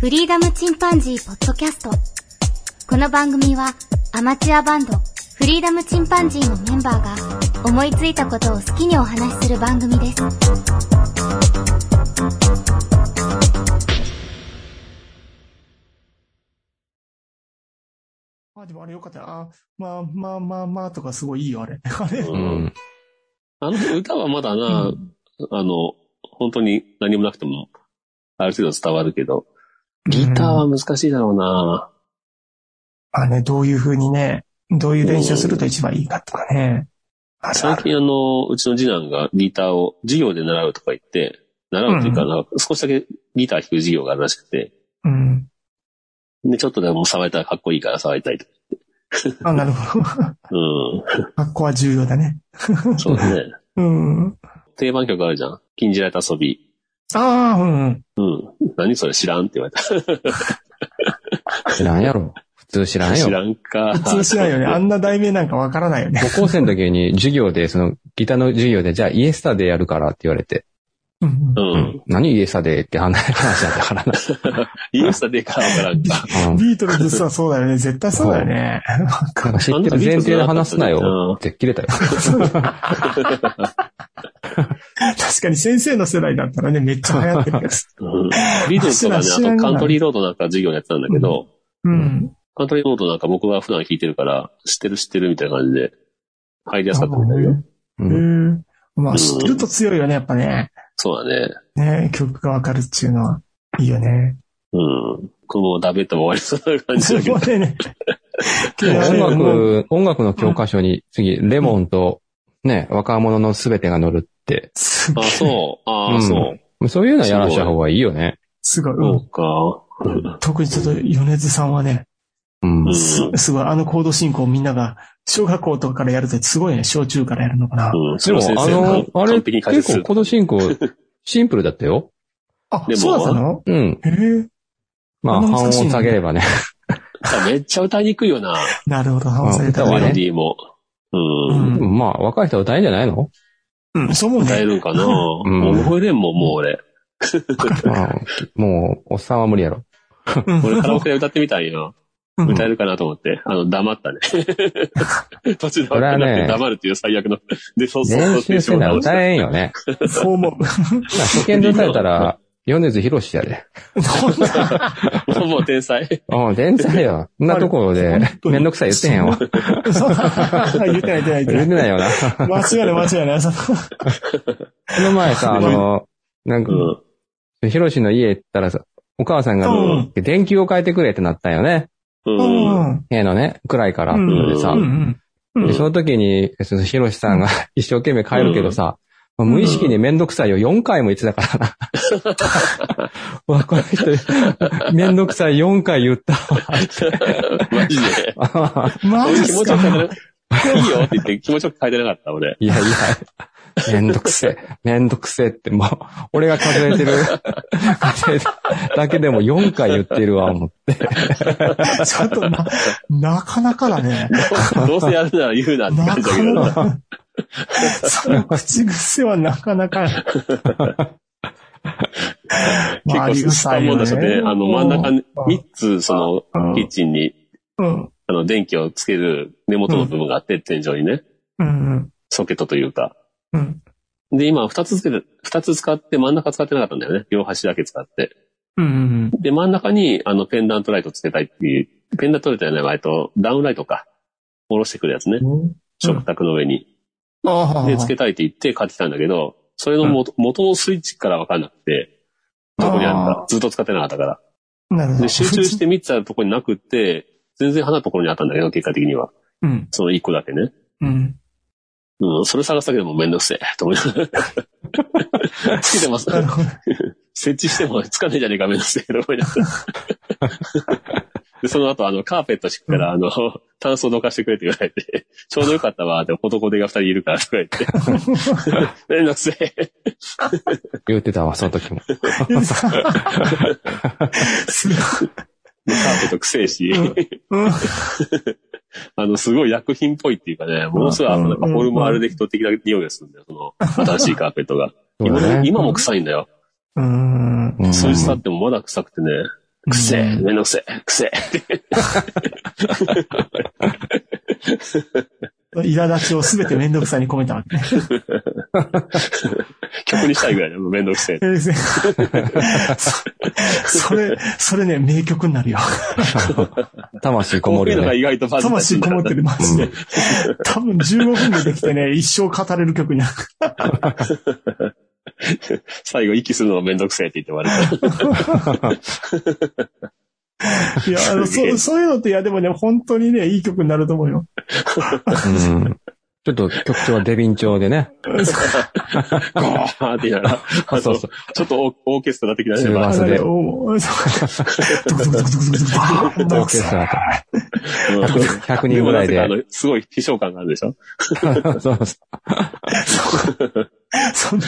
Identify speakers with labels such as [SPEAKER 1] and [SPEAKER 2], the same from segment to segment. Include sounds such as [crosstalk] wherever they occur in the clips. [SPEAKER 1] フリーダムチンパンジーポッドキャスト。この番組はアマチュアバンドフリーダムチンパンジーのメンバーが思いついたことを好きにお話しする番組です。
[SPEAKER 2] まあでもあれよかったな。まあまあまあまあとかすごいいいよ、あれ。 [laughs] あれ。
[SPEAKER 3] う
[SPEAKER 4] うんん。
[SPEAKER 3] あの歌はまだ
[SPEAKER 2] う
[SPEAKER 3] な、
[SPEAKER 2] ん
[SPEAKER 3] あの、本当に何もなくても、ある程度伝わるけど、ギターは難しいだろうな。
[SPEAKER 2] まあね、どういう風にね、どういう練習すると一番いいかとかね。あるあ
[SPEAKER 3] 最
[SPEAKER 2] る。
[SPEAKER 3] 近あの、うちの次男がギターを授業で習うとか言って、習うというか、
[SPEAKER 2] うん
[SPEAKER 3] なんか少しだけギター弾く授業があるらしくて、
[SPEAKER 2] うん。
[SPEAKER 3] で、ちょっとでも触れたらかっこいいから触りたいと。
[SPEAKER 2] あ、なるほど。 [laughs] 格
[SPEAKER 3] う
[SPEAKER 2] 好は重要だね。
[SPEAKER 3] ん。そうだね。
[SPEAKER 2] うん。
[SPEAKER 3] 定番曲あるじゃん。禁じられた遊び。
[SPEAKER 2] ああ、うん。
[SPEAKER 3] うん。何それ知らんって言われた。
[SPEAKER 4] 知らんやろ。普通知らん
[SPEAKER 3] 知
[SPEAKER 4] よ。
[SPEAKER 3] らんか。
[SPEAKER 2] 普通しないよね。あんな題名なんかわからないよね。
[SPEAKER 4] 高校生の時に授業で、その、ギターの授業で、じゃあイエスタでやるからって言われて、
[SPEAKER 2] うん
[SPEAKER 3] う。
[SPEAKER 4] うんん何イエスタでって話だったからな。
[SPEAKER 3] イエスタでかわからんか。
[SPEAKER 2] [laughs]
[SPEAKER 4] うん
[SPEAKER 2] ビートルズはそうだよね。絶対そうだよね。
[SPEAKER 4] なんか知ってる前提で話すな
[SPEAKER 3] うん
[SPEAKER 4] よって切れたよ。
[SPEAKER 2] 確かに先生の世代だったらね、めっちゃ流行ってるやつ。
[SPEAKER 3] うんビートルズ
[SPEAKER 2] 知ら
[SPEAKER 3] とか
[SPEAKER 2] ん
[SPEAKER 3] ね、あ
[SPEAKER 2] 知
[SPEAKER 3] と
[SPEAKER 2] らん
[SPEAKER 3] カントリーロードなんか授業やってたんだけど、
[SPEAKER 2] うん。
[SPEAKER 3] カントリーロードなんか僕が普段弾いてるから、知ってる知ってるみたいな感じで、入りやすかったみたいよ。
[SPEAKER 2] う
[SPEAKER 4] うん
[SPEAKER 2] ん。まあ、知ってると強いよね、やっぱね。
[SPEAKER 3] そうだね。
[SPEAKER 2] ね、曲がわかるっていうのは、いいよね。
[SPEAKER 3] うん。このままダメっても終わりそうな感
[SPEAKER 2] [laughs]
[SPEAKER 3] じだけ
[SPEAKER 2] も
[SPEAKER 3] ど
[SPEAKER 2] う。ね、[laughs]
[SPEAKER 4] 音
[SPEAKER 2] もう
[SPEAKER 4] 楽、音楽の教科書に次、レモンと、ね、若者のすべてが載るって、
[SPEAKER 2] す
[SPEAKER 3] あ、そう。あ
[SPEAKER 4] う
[SPEAKER 3] あ、
[SPEAKER 4] ん
[SPEAKER 3] そう。
[SPEAKER 4] そういうのはやらした方がいいよね。
[SPEAKER 2] すごい。う
[SPEAKER 3] そ
[SPEAKER 2] ん
[SPEAKER 3] うか。
[SPEAKER 2] 特にちょっと、米津さんはね、
[SPEAKER 4] うん
[SPEAKER 3] うん。
[SPEAKER 2] すすごい、あのコード進行をみんなが、小学校とかからやるとすごいね、小中からやるのかな。
[SPEAKER 3] うん。
[SPEAKER 4] で
[SPEAKER 3] それ
[SPEAKER 4] も
[SPEAKER 3] は先、
[SPEAKER 4] あ
[SPEAKER 3] 生が
[SPEAKER 4] の、あれ、
[SPEAKER 3] 完璧に解説す
[SPEAKER 4] 結構
[SPEAKER 3] る
[SPEAKER 4] コード進行、シンプルだったよ。
[SPEAKER 2] あ
[SPEAKER 3] で、も
[SPEAKER 2] そうだったの
[SPEAKER 4] うん。
[SPEAKER 2] へえ、
[SPEAKER 4] まあ、
[SPEAKER 2] あんな
[SPEAKER 4] 半
[SPEAKER 2] 難
[SPEAKER 4] 音
[SPEAKER 2] しいの
[SPEAKER 4] 下げればね。
[SPEAKER 3] あめっちゃ歌いにくいよな。
[SPEAKER 2] なるほど、反省だ
[SPEAKER 4] 歌は
[SPEAKER 3] メ
[SPEAKER 4] ね
[SPEAKER 3] ロディーも。うん。
[SPEAKER 2] うん
[SPEAKER 4] まあ、若い人は歌えんじゃないの
[SPEAKER 2] うん、そう思う
[SPEAKER 3] 歌え
[SPEAKER 2] ね。
[SPEAKER 3] るんかな。もう覚えれんもん、もう俺。
[SPEAKER 4] まあ、もう、おっさんは無理やろ。
[SPEAKER 2] うん
[SPEAKER 3] 俺カラオケで歌ってみたいよ。
[SPEAKER 2] うん
[SPEAKER 3] 歌えるかなと思って、あの、黙ったね。途中で分かんなくて黙るっていう最悪の。で、そうそうそう
[SPEAKER 4] 練
[SPEAKER 3] ってい
[SPEAKER 4] 習
[SPEAKER 3] う
[SPEAKER 4] せな歌えんよね。
[SPEAKER 2] そう思う。
[SPEAKER 4] 初見で歌えたら、米津博士やで。
[SPEAKER 3] もうもう天才。
[SPEAKER 4] うん、天才よ。そんなところで
[SPEAKER 2] 本、当に
[SPEAKER 4] めんどくさい言ってへんよ。
[SPEAKER 2] そう [laughs] 言ってない、言ってない、言って
[SPEAKER 4] 言
[SPEAKER 2] な
[SPEAKER 4] っ
[SPEAKER 2] い
[SPEAKER 4] て。ないよな。こ
[SPEAKER 2] 間違いない、間違いない。そう
[SPEAKER 4] の前さ、あの、なんか
[SPEAKER 3] う、ん。
[SPEAKER 4] ヒロシの家行ったらさ、お母さんが
[SPEAKER 2] う、
[SPEAKER 4] 電球を変えてくれってなったんよね。
[SPEAKER 3] うん。
[SPEAKER 4] 家のね、暗いから。
[SPEAKER 2] うん
[SPEAKER 4] でさ
[SPEAKER 2] う、ん
[SPEAKER 4] でその時に、そのヒロシさんが [laughs] 一生懸命変えるけどさ、まあ
[SPEAKER 2] ん
[SPEAKER 4] 無意識にめんどくさいよ。4回も言ってたから [laughs] な。わ、この人、めんどくさい4回言った
[SPEAKER 3] マジで。
[SPEAKER 4] わ。
[SPEAKER 2] うん。マジっ
[SPEAKER 3] 俺気
[SPEAKER 2] す
[SPEAKER 3] 持ち
[SPEAKER 2] か
[SPEAKER 3] よく変えてな、いいよって言って気持ちよく変えてなかった、
[SPEAKER 4] [laughs]
[SPEAKER 3] 俺。
[SPEAKER 4] [laughs] いやいや、めんどくせえ、めんどくせえって、もう、俺が数えてる、数えてだけでも4回言ってるわ、思う
[SPEAKER 2] ちょっとな、なかなかだね。
[SPEAKER 3] どうせやるなら言うなって
[SPEAKER 2] な
[SPEAKER 3] 感じだけど。
[SPEAKER 2] かなか。その口癖はなかなか。まあ
[SPEAKER 3] 結構スパンも出してて、あの真ん中に3つ、そ
[SPEAKER 2] うん
[SPEAKER 3] の、キッチンに、
[SPEAKER 2] うん。
[SPEAKER 3] あの、電気をつける根元の部分があって、天井にね、
[SPEAKER 2] うん。
[SPEAKER 3] ソケットというか。
[SPEAKER 2] うん。
[SPEAKER 3] で、今2つつけて、2つ使って真ん中使ってなかったんだよね。両端だけ使って。
[SPEAKER 2] うん。
[SPEAKER 3] で、真ん中に、あの、ペンダントライトつけたいっていう、ペンダントライトじゃないわ、えっと、ダウンライトか。下ろしてくるやつね。食卓の上に。
[SPEAKER 2] ああ。
[SPEAKER 3] で、つけたいって言って買ってきたんだけど、それの元,、元のスイッチからわかんなくて、どこにある
[SPEAKER 2] あ
[SPEAKER 3] か、ずっと使ってなかったから。
[SPEAKER 2] なるほど。
[SPEAKER 3] で、集中して3つあるとこになくって、全然花のところにあったんだけど、結果的には。
[SPEAKER 2] うん。
[SPEAKER 3] その1個だけね。
[SPEAKER 2] うん。
[SPEAKER 3] うん、それ探すだけでもめんどくせえ、と思いな
[SPEAKER 2] [laughs]
[SPEAKER 3] がら。つけてます。
[SPEAKER 2] なるほど。
[SPEAKER 3] 設置してもつかねえじゃねえか、めんどくせえと思いながら。で、その後、あの、カーペット敷くから、あの、炭素どかしてくれって言われて、ちょうどよかったわ、って男手が二人いるから、とか言って。めんどくせえ。
[SPEAKER 4] 言ってたわ、その時も。
[SPEAKER 2] すごい。
[SPEAKER 3] でカーペットくせえし、
[SPEAKER 2] うん。
[SPEAKER 3] あの、すごい薬品っぽいっていうかね、ものすごい、あの、なんかホルモンアルデヒド的な匂いがするんだよ、その、新しいカーペットが。
[SPEAKER 4] そうだ
[SPEAKER 3] 今
[SPEAKER 4] ね
[SPEAKER 3] 今も臭いんだよ。
[SPEAKER 2] うん。
[SPEAKER 4] うん
[SPEAKER 3] 数日経ってもまだ臭くてね。くせえ、
[SPEAKER 2] うん
[SPEAKER 3] めんどくせえ、くせえ。
[SPEAKER 2] 苛立ちをすべてめんどくさに込めたわけね。
[SPEAKER 3] 曲にしたいぐらいだよ、もうめんどくせえ。
[SPEAKER 2] えーですねそそれ、それね、名曲になるよ。
[SPEAKER 4] 魂こ
[SPEAKER 3] こ
[SPEAKER 4] も
[SPEAKER 3] うい
[SPEAKER 4] る
[SPEAKER 3] うの
[SPEAKER 4] よ
[SPEAKER 3] が
[SPEAKER 4] ね。
[SPEAKER 3] 意外とバズったりす
[SPEAKER 2] 魂
[SPEAKER 3] んだ
[SPEAKER 2] こ
[SPEAKER 3] な
[SPEAKER 2] もってる、マジで。多分15分でできてね、一生語れる曲になる。
[SPEAKER 3] 最後息するのがめんどくせえって言って終わるから。
[SPEAKER 2] いや、あの
[SPEAKER 3] すげえ
[SPEAKER 2] そう、そういうのって、いや、でもね、本当にね、いい曲になると思うよ。
[SPEAKER 4] うんちょっと曲調はデビン調でね。
[SPEAKER 3] ゴーっ
[SPEAKER 2] [laughs]
[SPEAKER 3] て言いながら、あ
[SPEAKER 4] あ
[SPEAKER 3] の
[SPEAKER 4] そうそう。
[SPEAKER 3] ちょっとオオーケストラ的なね、
[SPEAKER 4] 中
[SPEAKER 3] まあ
[SPEAKER 4] 盤あそれ
[SPEAKER 2] あのねおそうドクドクドクドクドクドクバーン
[SPEAKER 4] オ
[SPEAKER 2] ド
[SPEAKER 4] ー
[SPEAKER 2] ク
[SPEAKER 4] ケストラと。
[SPEAKER 3] うん
[SPEAKER 4] 100人ぐら
[SPEAKER 3] もな
[SPEAKER 4] いで
[SPEAKER 3] ん。かあのすごい飛翔感があるでしょ
[SPEAKER 4] そうそう
[SPEAKER 2] そんな、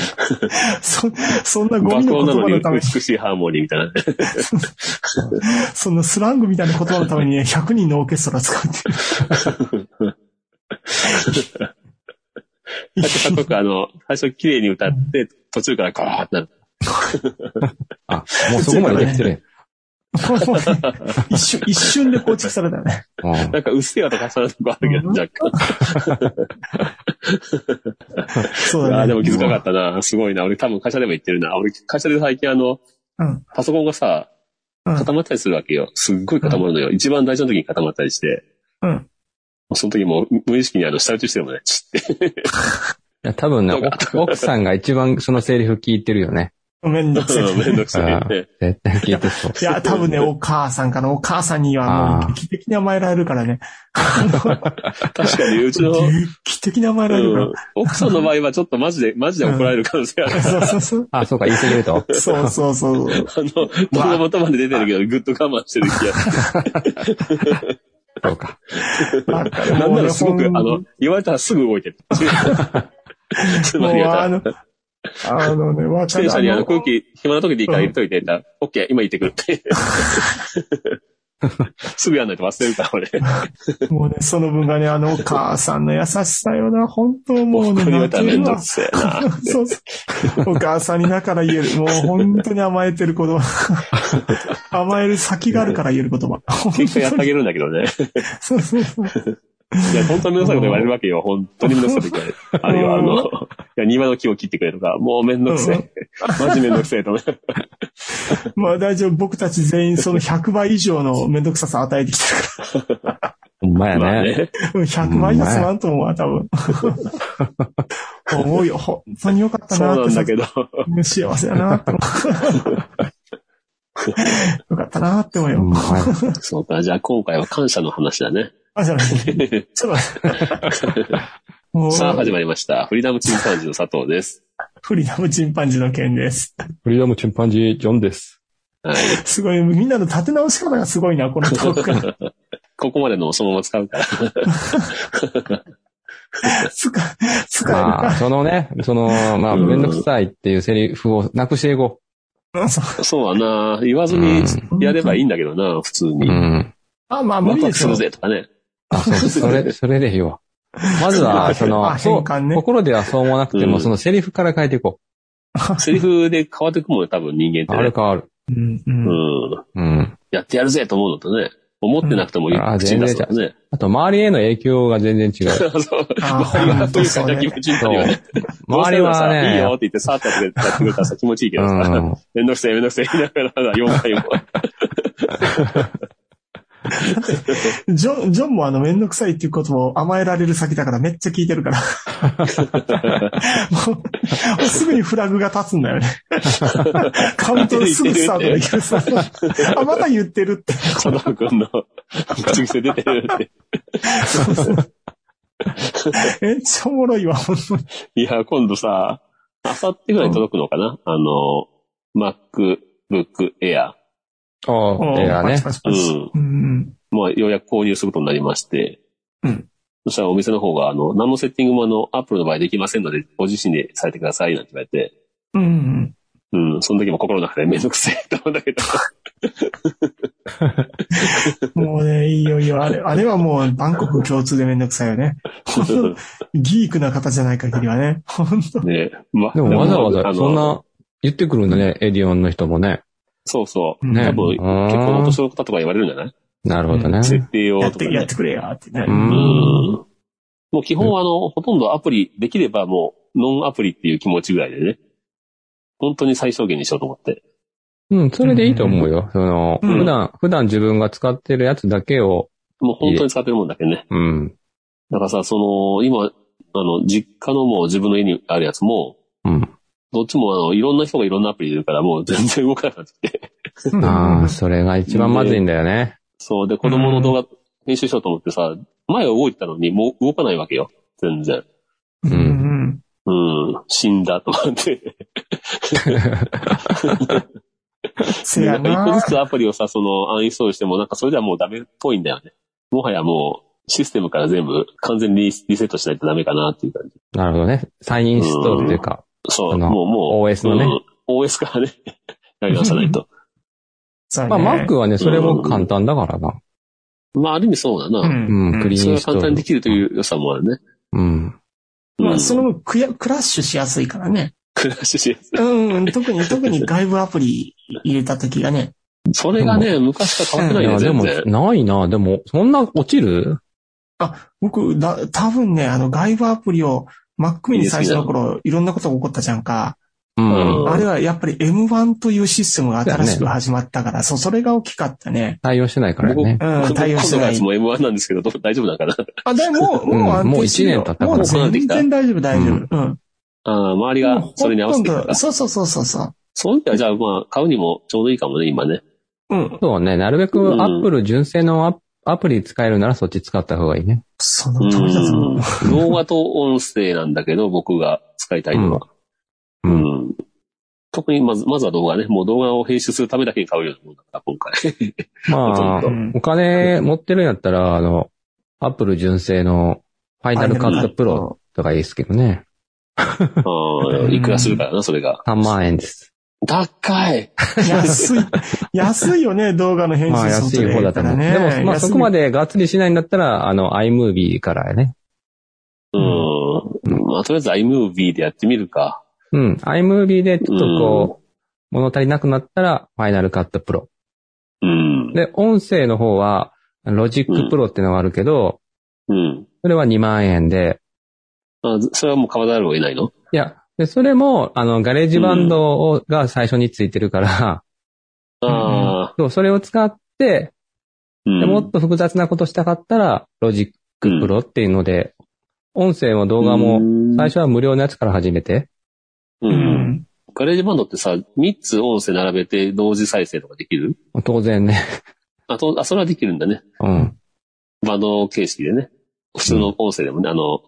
[SPEAKER 2] そんそんなゴミ
[SPEAKER 3] 爆
[SPEAKER 2] の
[SPEAKER 3] 音
[SPEAKER 2] 言
[SPEAKER 3] なの
[SPEAKER 2] 葉
[SPEAKER 3] に
[SPEAKER 2] のため
[SPEAKER 3] 美
[SPEAKER 2] に、
[SPEAKER 3] しいハーモニーみたいなね。
[SPEAKER 2] そんなスラングみたいな言葉のためにね、100人のオーケストラ使うっていう。
[SPEAKER 3] だってかっこよくあの、最初綺麗に歌って、途中からゴーってなる。
[SPEAKER 4] あ、もうそこまでできて [laughs] る
[SPEAKER 2] これもうね一瞬、一瞬で構築されたよね。
[SPEAKER 4] やん。うん
[SPEAKER 3] なんかうっせえわとかそういうとこあるけど、
[SPEAKER 2] うん
[SPEAKER 3] 若干。
[SPEAKER 2] そう
[SPEAKER 3] いや
[SPEAKER 2] だ
[SPEAKER 3] ー
[SPEAKER 2] ね。
[SPEAKER 3] でも気づかなかったな。すごいな。俺多分会社でも言ってるな。俺会社で最近あの、
[SPEAKER 2] うん
[SPEAKER 3] パソコンがさ、
[SPEAKER 2] うん
[SPEAKER 3] 固まったりするわけよ。すっごい固まるのよ。一番大事な時に固まったりして。
[SPEAKER 2] うん
[SPEAKER 3] もうその時もう無意識にあの、下打ちしてるもんね、チッて。
[SPEAKER 4] いや多分ね、
[SPEAKER 3] そうか
[SPEAKER 4] 奥奥さんが一番そのセリフ聞いてるよね。
[SPEAKER 2] めんど [laughs] くさ
[SPEAKER 3] うんめん
[SPEAKER 2] い。
[SPEAKER 3] どくさいね。
[SPEAKER 4] 絶対聞いてそう。
[SPEAKER 2] いや、多分ね、お母さんかな。お母さんにはも
[SPEAKER 4] あー
[SPEAKER 2] う劇的に甘えられるからね。
[SPEAKER 3] 確かに、
[SPEAKER 2] [laughs]
[SPEAKER 3] うちの、
[SPEAKER 2] 劇的に甘えられるか
[SPEAKER 3] うん奥さんの場合はちょっとマジで、マジで怒られる可能性ある。 [laughs]
[SPEAKER 2] ら。そうそうそう。
[SPEAKER 4] あ、そうか、言い過ぎると。
[SPEAKER 2] そうそうそう。
[SPEAKER 3] あの、僕の元まで出てるけど、ぐっと我慢してる気が。
[SPEAKER 4] そうか。
[SPEAKER 2] [laughs] なん
[SPEAKER 3] [laughs] なんならすごく、あの、言われたらすぐ動いてる。
[SPEAKER 2] [laughs]
[SPEAKER 3] つま
[SPEAKER 2] も
[SPEAKER 3] り
[SPEAKER 2] う
[SPEAKER 3] や
[SPEAKER 2] あ
[SPEAKER 3] った
[SPEAKER 2] の、あのね、わ
[SPEAKER 3] 自
[SPEAKER 2] か
[SPEAKER 3] 転
[SPEAKER 2] る。
[SPEAKER 3] 車にあの空気、暇な時でいいから入れといて、だオッケー、今行ってく
[SPEAKER 2] [laughs]
[SPEAKER 3] るって。 [laughs] すぐやんないと忘れるから、俺。
[SPEAKER 2] もうね、その分がね、あの、お母さんの優しさよな、本当も
[SPEAKER 3] も
[SPEAKER 2] う
[SPEAKER 3] う、
[SPEAKER 2] ね、
[SPEAKER 3] これ
[SPEAKER 2] 泣
[SPEAKER 3] たら
[SPEAKER 2] け
[SPEAKER 3] めん
[SPEAKER 2] る
[SPEAKER 3] どく
[SPEAKER 2] わ。
[SPEAKER 3] せえな。
[SPEAKER 2] そうそう。お母さんにだから言える。もう本当に甘えてる言葉。甘える先があるから言える言葉。
[SPEAKER 3] 結果やってあげるんだけどね。
[SPEAKER 2] そうそうそう。
[SPEAKER 3] いや、本当にめんどくさいこと言われるわけよ。本当にめんどくさいこと言われる。あるいは、あの、いや、庭の木を切ってくれとか、もうめんどくせえ。マジめんどくせえとね。
[SPEAKER 2] まあ大丈夫。僕たち全員その100倍以上のめんどくささ与えてきてるか
[SPEAKER 4] ほんまや
[SPEAKER 3] まあ
[SPEAKER 4] ね。
[SPEAKER 3] ね。
[SPEAKER 2] ら。うん100倍じゃすまんと思うわ、多分。 [laughs] 思うよ。本当に良かった
[SPEAKER 3] そう
[SPEAKER 2] なって
[SPEAKER 3] なんだけど。
[SPEAKER 2] 幸せだなって思う。よかったなって思う
[SPEAKER 4] ほん
[SPEAKER 2] よ。
[SPEAKER 4] まや
[SPEAKER 3] そうか、じゃあ今回は感謝の話だね。
[SPEAKER 2] あ、じゃない。ちょっと待って。もう、
[SPEAKER 3] さあ、始まりました。フリーダムチンパンジーの佐藤です。
[SPEAKER 2] フリーダムチンパンジーの件です。
[SPEAKER 4] フリーダムチンパンジー、ジョンです。
[SPEAKER 3] はい。
[SPEAKER 2] すごい、みんなの立て直し方がすごいな、このトークが。
[SPEAKER 3] ここまでのをそのまま使うから。
[SPEAKER 2] つか、つ
[SPEAKER 4] まあ、
[SPEAKER 2] か
[SPEAKER 4] そのね、その、まあ、
[SPEAKER 3] うん
[SPEAKER 4] めんどくさいっていうセリフをなくしていこ
[SPEAKER 2] れるか。そう
[SPEAKER 3] そうだな言わずにやればいいんだけどな普通
[SPEAKER 4] う。う
[SPEAKER 3] に。
[SPEAKER 4] ん。
[SPEAKER 2] あ、まあ、無
[SPEAKER 3] ワ
[SPEAKER 2] 理
[SPEAKER 3] ク
[SPEAKER 2] で
[SPEAKER 3] ワク
[SPEAKER 2] す
[SPEAKER 3] す
[SPEAKER 2] よ
[SPEAKER 3] る。ぜとかね。
[SPEAKER 4] あ、そう、それ、それでいいわ。まずは、その、
[SPEAKER 2] あ
[SPEAKER 4] そ
[SPEAKER 2] 変
[SPEAKER 4] う、
[SPEAKER 2] 換ね
[SPEAKER 4] 心ではそう思わなくて
[SPEAKER 3] う
[SPEAKER 4] も、
[SPEAKER 3] ん
[SPEAKER 4] そのセリフから変えていこ
[SPEAKER 3] セリフで変わってくもんね、多分人間
[SPEAKER 4] う。
[SPEAKER 3] って
[SPEAKER 4] あ
[SPEAKER 3] ね
[SPEAKER 4] る。変わる。
[SPEAKER 2] うん、う。
[SPEAKER 3] うんん。
[SPEAKER 4] うん。
[SPEAKER 3] やってやるぜと思うのとね。思ってなくてもいい
[SPEAKER 4] うんあー
[SPEAKER 3] 口に出すのとね。
[SPEAKER 4] あと、周りへの影響が全然違 [laughs] う。
[SPEAKER 3] そう。
[SPEAKER 2] あー
[SPEAKER 3] 周りがというか、じゃあ気持ちいい
[SPEAKER 4] そ
[SPEAKER 3] よ
[SPEAKER 4] う
[SPEAKER 3] ね。。
[SPEAKER 4] 周り
[SPEAKER 3] ど
[SPEAKER 4] は
[SPEAKER 3] うせならさいいよ
[SPEAKER 4] ね
[SPEAKER 3] っ、て言って、さーってやってくれやってくれたらさ、気持ちいいけ
[SPEAKER 4] う
[SPEAKER 3] どさ。
[SPEAKER 4] ん。
[SPEAKER 3] めんどくせえ、めんどくせえ、言いながらさ、4回も。
[SPEAKER 2] ジョン、ジョンもあの、めんどくさいっていう言葉を甘えられる先だからめっちゃ聞いてるから。もうもうすぐにフラグが立つんだよね。カウントすぐスタートできるさ。あ、また言ってるって。
[SPEAKER 3] 佐藤くんの口癖出てるって。
[SPEAKER 2] めっちゃおもろいわ、ほんとに。
[SPEAKER 3] いや、今度さ、あさってぐらいに届くのかな、あの、MacBook Air。
[SPEAKER 4] おう、映画ね。
[SPEAKER 2] パチパ
[SPEAKER 3] う
[SPEAKER 2] チパチ
[SPEAKER 3] ん。
[SPEAKER 2] うん。
[SPEAKER 3] まあ、ようやく購入することになりまして。
[SPEAKER 2] うん。
[SPEAKER 3] そしたらお店の方が、あの、何のセッティングもあの、Apple の場合できませんので、ご自身でされてください、なんて言われて。
[SPEAKER 2] うんうん。
[SPEAKER 3] うん、その時も心の中でめんどくせえと思うんだ
[SPEAKER 4] [laughs]
[SPEAKER 3] けど。
[SPEAKER 2] もうね、いいよいいよ。あれ、あれはもう、バンコク共通でめんどくさいよね。ほんとギークな方じゃない限りはね。ほんと
[SPEAKER 3] ねまあ
[SPEAKER 4] でもわざわ
[SPEAKER 3] あ
[SPEAKER 4] ざ、
[SPEAKER 3] の
[SPEAKER 4] そんな、言ってくるんだね、エディオンの人もね。
[SPEAKER 3] そうそう。
[SPEAKER 2] ね
[SPEAKER 3] 多分、結
[SPEAKER 4] うん
[SPEAKER 3] 構お年の方とか言われるんじゃない
[SPEAKER 4] なるほどね。
[SPEAKER 3] 設定を
[SPEAKER 2] やっ
[SPEAKER 3] とか、
[SPEAKER 2] て、やっ
[SPEAKER 3] ね。
[SPEAKER 2] てくれよってね。
[SPEAKER 4] う
[SPEAKER 3] うん
[SPEAKER 4] ん。
[SPEAKER 3] もう基本あの、ほとんどアプリ、できればもう、ノンアプリっていう気持ちぐらいでね。本当に最小限にしようと思って。
[SPEAKER 4] うん、それでいいと思うよ。その、
[SPEAKER 2] うん
[SPEAKER 4] 普段、普段自分が使ってるやつだけを、
[SPEAKER 3] もう本当に使ってるもんだけどね。
[SPEAKER 4] うん、
[SPEAKER 3] だからさ、その、今、あの、実家のもう自分の家にあるやつも、
[SPEAKER 4] うん。
[SPEAKER 3] どっちもあの、いろんな人がいろんなアプリいるから、もう全然動かなくなってきて。
[SPEAKER 2] うん
[SPEAKER 4] ああ、それが一番まずいんだよね。
[SPEAKER 3] そう。で、子供の動画編集しようと思ってさ、前は動いてたのに、もう動かないわけよ。全然。
[SPEAKER 2] うんうん
[SPEAKER 3] うん。死んだと思って。
[SPEAKER 2] せ
[SPEAKER 3] でな
[SPEAKER 2] や
[SPEAKER 3] んか一個
[SPEAKER 2] な
[SPEAKER 3] ず。つアプリをさ、その、アンインストールしても、なんかそれではもうダメっぽいんだよね。もはやもう、システムから全部完全にリリセットしないとダメかなっていう感じ。
[SPEAKER 4] なるほどね。再インストールというか、
[SPEAKER 3] そ
[SPEAKER 4] あ
[SPEAKER 3] う、
[SPEAKER 4] の
[SPEAKER 3] もう、もう。
[SPEAKER 4] OS のね
[SPEAKER 3] うん OS からね、 [laughs] やり直さないと。
[SPEAKER 2] そう
[SPEAKER 4] まあ、
[SPEAKER 2] ね
[SPEAKER 4] Mac はね、それも簡単だからな。
[SPEAKER 3] まあ、ある意味そうだな。
[SPEAKER 2] うん。
[SPEAKER 4] うん、クリーン
[SPEAKER 3] そ
[SPEAKER 4] イ
[SPEAKER 3] れ
[SPEAKER 4] ン
[SPEAKER 3] は
[SPEAKER 4] ストー
[SPEAKER 3] 簡
[SPEAKER 4] ル。
[SPEAKER 3] 単にできるという良さもあるね。 [laughs]
[SPEAKER 4] うん。
[SPEAKER 2] ま
[SPEAKER 3] う
[SPEAKER 2] あ、
[SPEAKER 3] ん
[SPEAKER 2] その分クヤ、クラッシュしやすいからね。
[SPEAKER 3] クラッシュしやす
[SPEAKER 2] うん、特に、特に外部アプリ入れた時がね。
[SPEAKER 3] いそれがね、昔から変わってない
[SPEAKER 4] や
[SPEAKER 3] ね、
[SPEAKER 4] で
[SPEAKER 3] 全
[SPEAKER 4] も、
[SPEAKER 3] 然。
[SPEAKER 4] ないな。でも、そんな落ちる
[SPEAKER 2] あ、僕、だ、多分ね、あの、外部アプリを Mac に最初の頃、いろんなことが起こったじゃんか。
[SPEAKER 4] うん。
[SPEAKER 3] うん
[SPEAKER 2] あれはやっぱり M1 というシステムが新しく始まったから、そう、それが大きかったね。
[SPEAKER 4] 対応してないからね。
[SPEAKER 2] うん、対応して
[SPEAKER 3] 今度の
[SPEAKER 2] な
[SPEAKER 3] や
[SPEAKER 2] い
[SPEAKER 3] つ。も M1 なんですけど、どう大丈夫なんかな
[SPEAKER 2] あ、でも、
[SPEAKER 4] うん
[SPEAKER 2] もう安定してるよ
[SPEAKER 4] もう一年経ったから
[SPEAKER 2] もう全然大丈夫、大丈夫。うん。
[SPEAKER 3] ああ、周りがそれに合わせてきた
[SPEAKER 2] もうほとん
[SPEAKER 3] か
[SPEAKER 2] ど
[SPEAKER 3] ら。
[SPEAKER 2] そうそうそうそうそう。
[SPEAKER 3] そういう意味では、じゃあまあ、買うにもちょうどいいかもね、今ね。
[SPEAKER 2] うん。
[SPEAKER 4] そうね、なるべ
[SPEAKER 3] う
[SPEAKER 4] く
[SPEAKER 3] ん
[SPEAKER 4] Apple 純正のアアプリ使えるならそっち使った方がいいね。
[SPEAKER 2] その通りだぞ。
[SPEAKER 3] うん動画と音声なんだけど、僕が使いたいのは。
[SPEAKER 4] う。
[SPEAKER 3] うんん特にまず、まずは動画ね。もう動画を編集するためだけに買うようなもんだから、今
[SPEAKER 4] [laughs]
[SPEAKER 3] 回。
[SPEAKER 4] まあ
[SPEAKER 2] う、ん
[SPEAKER 4] お金持ってるんやったら、あの、Apple 純正のファイナルカットプロとかいいですけどね。
[SPEAKER 3] うんいくらするからな、それが。
[SPEAKER 4] 3万円です。
[SPEAKER 3] 高い
[SPEAKER 2] [laughs] 安い。安いよね、動画の編
[SPEAKER 4] まあ
[SPEAKER 2] 集ソフ
[SPEAKER 4] 安
[SPEAKER 2] ト
[SPEAKER 4] い
[SPEAKER 2] ウ
[SPEAKER 4] 方
[SPEAKER 2] ェ
[SPEAKER 4] だ
[SPEAKER 2] ア
[SPEAKER 4] と
[SPEAKER 2] か
[SPEAKER 4] 思
[SPEAKER 2] ら
[SPEAKER 4] う。
[SPEAKER 2] ね。
[SPEAKER 4] でも、まあそこま
[SPEAKER 2] で。
[SPEAKER 4] でがっつりしないんだったら、あの iMovie からやね。
[SPEAKER 3] うん。まあ、とりあえず iMovie でやってみるか。
[SPEAKER 4] うん。iMovie でちょっとこう、物足りなくなったら、ファイナルカットプロ。
[SPEAKER 3] うん。
[SPEAKER 4] で、音声の方は、ロジックプロってのがあるけど、
[SPEAKER 3] うん。
[SPEAKER 4] それは2万円で、
[SPEAKER 3] あそれはもう買わざるを得ないの
[SPEAKER 4] いや、で、それも、あの、ガレージバンドをが最初についてるから、
[SPEAKER 3] ああ。
[SPEAKER 4] そう、それを使って、
[SPEAKER 3] うん
[SPEAKER 4] でもっと複雑なことしたかったら、ロジックプロっていうので、音声も動画も、最初は無料のやつから始めて、
[SPEAKER 2] う
[SPEAKER 3] う。
[SPEAKER 2] んん。
[SPEAKER 3] ガレージバンドってさ、3つ音声並べて同時再生とかできる
[SPEAKER 4] 当然ね、
[SPEAKER 3] あと、あ、それはできるんだね。
[SPEAKER 4] うん。
[SPEAKER 3] バンド形式でね。普通の音声でもね、あの、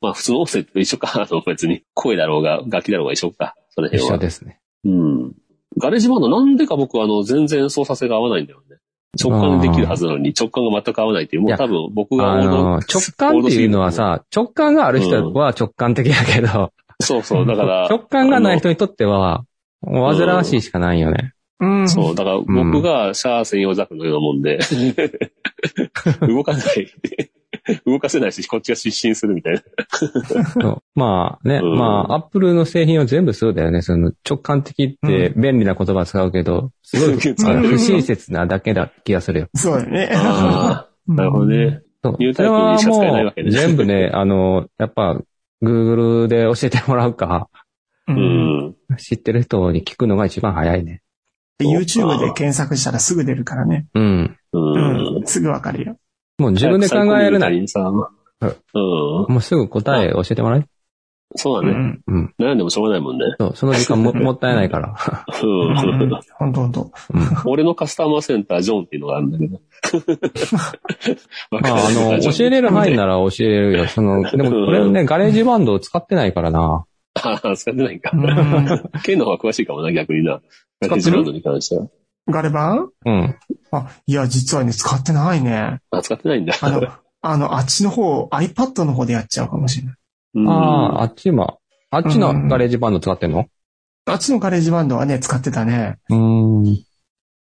[SPEAKER 3] まあ普通の音声と一緒か、 [laughs] あの別に声だろうが、楽器だろうが一緒か、その
[SPEAKER 4] 一
[SPEAKER 3] 辺は。
[SPEAKER 4] 緒ですね。
[SPEAKER 3] うん。ガレージバンドなんでか僕はあの全然操作性が合わないんだよね。直感でできるはずなのに直感が全く合わないっていう、も
[SPEAKER 4] いうや
[SPEAKER 3] い多分僕が
[SPEAKER 4] あ
[SPEAKER 3] オールド
[SPEAKER 4] の、直感っていうのは、さ、直感がある人は直感的だけど、
[SPEAKER 3] そうそう、だから、
[SPEAKER 4] [laughs] 直感がない人にとっては、もう煩わしいしかないよね。
[SPEAKER 2] うん。
[SPEAKER 3] そう、だから僕がシャア専用ザクのようなもん
[SPEAKER 4] [laughs]
[SPEAKER 3] で、動かない。動かせないし、こっちが失神するみたいな。
[SPEAKER 4] そうまあね、
[SPEAKER 3] うん
[SPEAKER 4] まあ、アップルの製品は全部そうだよね。その直感的って便利な言葉使うけど、す
[SPEAKER 3] [laughs]
[SPEAKER 4] ごいあの不親切なだけだ気がするよ。
[SPEAKER 2] そうだよね。
[SPEAKER 3] ああ、なるほどね。
[SPEAKER 4] そう
[SPEAKER 3] ニュー
[SPEAKER 4] そ
[SPEAKER 3] タイ
[SPEAKER 4] れ
[SPEAKER 3] プ
[SPEAKER 4] は
[SPEAKER 3] にしか使えない
[SPEAKER 4] も
[SPEAKER 3] わけ
[SPEAKER 4] う
[SPEAKER 3] ね
[SPEAKER 4] 全部ね、あの、やっぱ、Google で教えてもらうか、
[SPEAKER 2] う。
[SPEAKER 3] うんん。
[SPEAKER 4] 知ってる人に聞くのが一番早いね。
[SPEAKER 2] で YouTube で検索したらすぐ出るからね。
[SPEAKER 4] うん。
[SPEAKER 3] うん
[SPEAKER 2] うん。。すぐわかるよ。
[SPEAKER 4] もう自分で考えるな
[SPEAKER 3] り
[SPEAKER 4] ら、
[SPEAKER 3] にさ、うん。
[SPEAKER 4] もうすぐ答え教えてもらえ
[SPEAKER 3] そう
[SPEAKER 2] う
[SPEAKER 3] だね。
[SPEAKER 2] ん。
[SPEAKER 4] うん。
[SPEAKER 3] 悩んでもしょうがないもんね。
[SPEAKER 4] そう、その時間ももったいないから。
[SPEAKER 2] うん
[SPEAKER 3] うん。
[SPEAKER 2] ほんとほんと。
[SPEAKER 3] 俺のカスタマーセンター、ジョンっていうのがあるんだけ
[SPEAKER 4] [laughs]
[SPEAKER 3] ど。
[SPEAKER 4] まあ、あの、教えれる範囲なら教えれるよ。その、でも、これね、ガレージバンドを使ってないからな。
[SPEAKER 3] [laughs] ああ、使ってないんか
[SPEAKER 2] う。ん。
[SPEAKER 3] [laughs] ケンの方が詳しいかもな、逆にな。
[SPEAKER 4] 使
[SPEAKER 3] ガレ
[SPEAKER 4] ってる
[SPEAKER 3] ージバンドに関しては。
[SPEAKER 2] ガレ版
[SPEAKER 4] うん。
[SPEAKER 2] あ、いや、実はね、使ってないね。
[SPEAKER 3] あ、使ってないんだ。
[SPEAKER 2] あの、あの、あっちの方、iPad の方でやっちゃうかもしれない。
[SPEAKER 3] うん
[SPEAKER 4] ああ、あっち今、あっちのガレージバンド使ってんの
[SPEAKER 2] あっちのガレージバンドはね、使ってたね。
[SPEAKER 4] うん。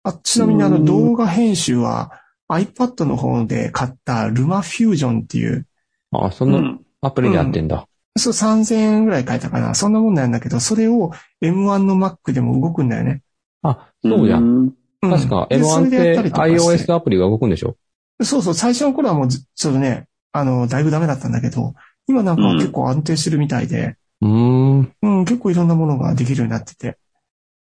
[SPEAKER 2] あ、ちなみにあ
[SPEAKER 3] う
[SPEAKER 2] の
[SPEAKER 3] ん
[SPEAKER 2] 動画編集は iPad の方で買ったルマフュージョンっていう、
[SPEAKER 4] あ、そうの
[SPEAKER 2] ん。
[SPEAKER 4] アプリでやってんだ。
[SPEAKER 2] そう3000円ぐらい買えたかな。そんなもんなんだけど、それを M1 の Mac でも動くんだよね。
[SPEAKER 4] あ、そうや。
[SPEAKER 3] ん。
[SPEAKER 2] うん
[SPEAKER 4] 確か
[SPEAKER 2] でそ
[SPEAKER 4] M1
[SPEAKER 2] れ
[SPEAKER 4] っ
[SPEAKER 2] でや
[SPEAKER 4] て
[SPEAKER 2] たりとかして
[SPEAKER 4] iOS アプリが動くんでしょ
[SPEAKER 2] そうそう、最初の頃はもうずちょっとね、あの、だいぶダメだったんだけど、今なんかは結構安定してるみたいで、
[SPEAKER 4] うーん。
[SPEAKER 2] うん、結構いろんなものができるようになってて。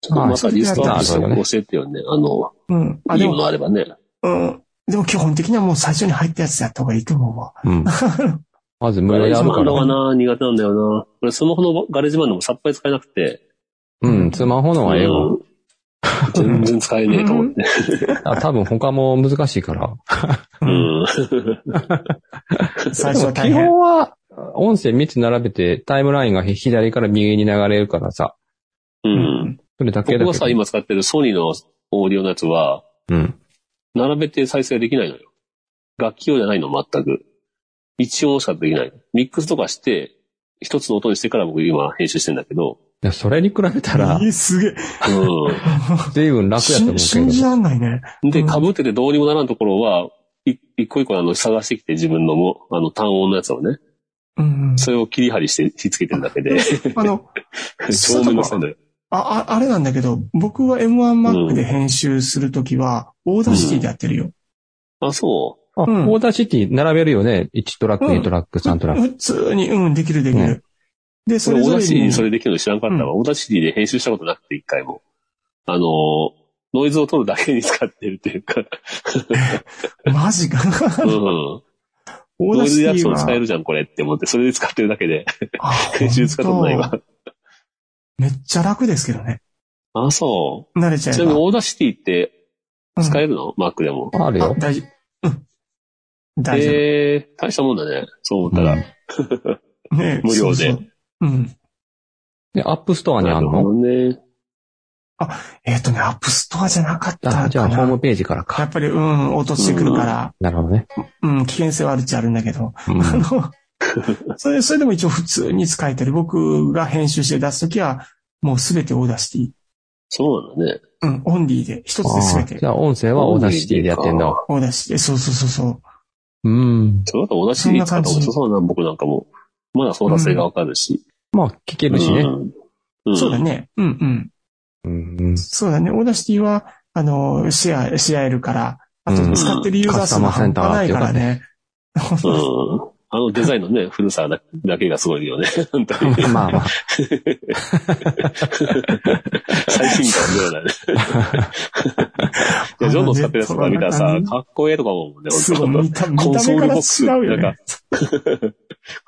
[SPEAKER 3] ちょっとまたリストアップして
[SPEAKER 4] はい
[SPEAKER 3] 教えてよね。あの、
[SPEAKER 2] うん。あ、
[SPEAKER 3] い
[SPEAKER 2] で
[SPEAKER 3] いも
[SPEAKER 2] も、
[SPEAKER 3] のあればね。
[SPEAKER 2] うん。でも基本的にはもう最初に入ったやつやった方がいいと思うわ。
[SPEAKER 4] [laughs] うん。まず無料
[SPEAKER 3] ガレー
[SPEAKER 4] であ
[SPEAKER 3] ジ
[SPEAKER 4] る
[SPEAKER 3] バ
[SPEAKER 4] か
[SPEAKER 3] ンドが
[SPEAKER 4] ら。
[SPEAKER 3] な、苦手なんだよな。俺、スマホのガレージバンドもさっぱり使えなくて。
[SPEAKER 4] うん、スマホのはええわ。
[SPEAKER 3] うん全然使えねえと思って。
[SPEAKER 4] あ多分他も難しいから。
[SPEAKER 3] う
[SPEAKER 2] うん。
[SPEAKER 3] ん。
[SPEAKER 2] 最初は大
[SPEAKER 4] 基
[SPEAKER 2] 変。
[SPEAKER 4] 本は、音声3つ並べてタイムラインが左から右に流れるからさ。
[SPEAKER 3] うん。
[SPEAKER 4] それだけだけ
[SPEAKER 3] 僕が
[SPEAKER 4] ど。
[SPEAKER 3] さ、今使ってるソニーのオーディオのやつは、
[SPEAKER 4] うん。
[SPEAKER 3] 並べて再生できないのよ。楽器用じゃないの、全く。一音しかできない。ミックスとかして、一つの音にしてから僕今編集してんだけど。
[SPEAKER 4] いやそれに比べたら
[SPEAKER 2] え、ーすげえ。
[SPEAKER 4] 随分楽やと思う
[SPEAKER 2] 信信
[SPEAKER 4] け
[SPEAKER 2] じ
[SPEAKER 4] ど。
[SPEAKER 2] らんないね。
[SPEAKER 3] うん。で、
[SPEAKER 2] うん
[SPEAKER 3] 被っててどうにもならんところは、い一個一個あの探してきて自分のも、あの単音のやつをね、
[SPEAKER 2] うん。
[SPEAKER 3] それを切り張りして引っつけてるだけで、
[SPEAKER 2] あ
[SPEAKER 3] [laughs]
[SPEAKER 4] [laughs]
[SPEAKER 2] の、
[SPEAKER 3] 超面倒くさいんだよ。
[SPEAKER 2] あ、ああれなんだけど、僕は M1Mac で編集するときは、オーダーシティでやってるよ。
[SPEAKER 3] あ、そ
[SPEAKER 4] あ、オ
[SPEAKER 2] うん
[SPEAKER 4] ーダーシティ並べるよね。1トラック、
[SPEAKER 2] うん
[SPEAKER 4] 2トラック、3トラック。
[SPEAKER 2] 普通に、うん、できるでき
[SPEAKER 4] ね
[SPEAKER 2] る。で、
[SPEAKER 3] う。
[SPEAKER 2] そ
[SPEAKER 3] 俺、
[SPEAKER 2] れぞ
[SPEAKER 3] オーダー
[SPEAKER 2] れ
[SPEAKER 3] シティ
[SPEAKER 2] に
[SPEAKER 3] に、それできるの知らんかったわ。オーダーシティで編集したことなくて、一回も。あのー、ノイズを取るだけに使ってるっていうか、
[SPEAKER 2] マジか。
[SPEAKER 3] うん。
[SPEAKER 2] [laughs] オーダ
[SPEAKER 3] ノ
[SPEAKER 2] ー
[SPEAKER 3] イズ
[SPEAKER 2] シテ
[SPEAKER 3] や
[SPEAKER 2] ィ
[SPEAKER 3] つを使え
[SPEAKER 2] は、
[SPEAKER 3] るじゃん、これって思って、それで使ってるだけで、
[SPEAKER 2] あ
[SPEAKER 3] [laughs] 編集使ったことないわ
[SPEAKER 2] ほん。めっちゃ楽ですけどね。
[SPEAKER 3] あ、そ
[SPEAKER 2] 慣れち
[SPEAKER 3] う。
[SPEAKER 2] ゃ
[SPEAKER 3] ち
[SPEAKER 2] え
[SPEAKER 3] なみに、
[SPEAKER 2] ば。
[SPEAKER 3] オーダーシティって使えるの、マークでも。
[SPEAKER 4] ある
[SPEAKER 2] うんあ
[SPEAKER 4] よ。
[SPEAKER 2] 大丈夫。うん。大丈
[SPEAKER 3] えー、大したもんだね。そう思ったら。
[SPEAKER 4] うん
[SPEAKER 2] 夫。ね
[SPEAKER 3] 無料で
[SPEAKER 2] そうそううん。
[SPEAKER 4] で、アップストアにあ
[SPEAKER 3] な
[SPEAKER 4] る
[SPEAKER 3] る
[SPEAKER 4] の
[SPEAKER 3] ほどね。
[SPEAKER 2] えっとね、アップストアじゃなかった
[SPEAKER 4] あ、じゃ
[SPEAKER 2] か
[SPEAKER 4] あ、ホー
[SPEAKER 2] な
[SPEAKER 4] ム。ページからか。
[SPEAKER 2] やっぱり、うん、落としてくるから、
[SPEAKER 4] なるほどね。
[SPEAKER 2] うん、危険性はあるっちゃあるんだけど。
[SPEAKER 4] うん
[SPEAKER 2] [laughs] あの、 [laughs] それ、それでも一応普通に使えてる。僕が編集して出すときは、もうすべてオーダーシ
[SPEAKER 3] そうなんだね。
[SPEAKER 2] ティ。うん、オンリーで、一つで
[SPEAKER 4] あ
[SPEAKER 2] すべ
[SPEAKER 4] ーじ
[SPEAKER 2] て
[SPEAKER 4] ゃあ、音声はオーダーシティでやってんだ。
[SPEAKER 2] オーダーシティ。そうそうそうそう。
[SPEAKER 4] うん。
[SPEAKER 3] その後、オーダーシティ使った方が良さそうだな、僕なんかも。まだ操作性がわかるし。
[SPEAKER 4] まあ、聞けるしね。
[SPEAKER 3] んうん
[SPEAKER 2] そうだね。うんうん。
[SPEAKER 4] うんうん。
[SPEAKER 2] そうだね。オーダーシティは、あの、シェア、シェアえるから、あと
[SPEAKER 4] うん
[SPEAKER 2] 使ってるユーザー数も半端ないからね。
[SPEAKER 3] うん。あのデザインのね、古さだだけがすごいよね。 [laughs] 本当に。
[SPEAKER 4] まあまあ。
[SPEAKER 3] 最新感では
[SPEAKER 4] [laughs]
[SPEAKER 3] ないね。いや、ジョンの使ってるやつとか見たら
[SPEAKER 2] あの
[SPEAKER 3] さ
[SPEAKER 2] ね、
[SPEAKER 3] かっこええとか思うもんね、
[SPEAKER 2] すごい、
[SPEAKER 3] 本
[SPEAKER 2] 見た、見
[SPEAKER 3] 当コン
[SPEAKER 2] た
[SPEAKER 3] ソ
[SPEAKER 2] 目
[SPEAKER 3] ー
[SPEAKER 2] か
[SPEAKER 3] ル
[SPEAKER 2] ら違
[SPEAKER 3] ボック
[SPEAKER 2] う
[SPEAKER 3] ス、
[SPEAKER 2] よ
[SPEAKER 3] なん
[SPEAKER 2] ね
[SPEAKER 3] か。、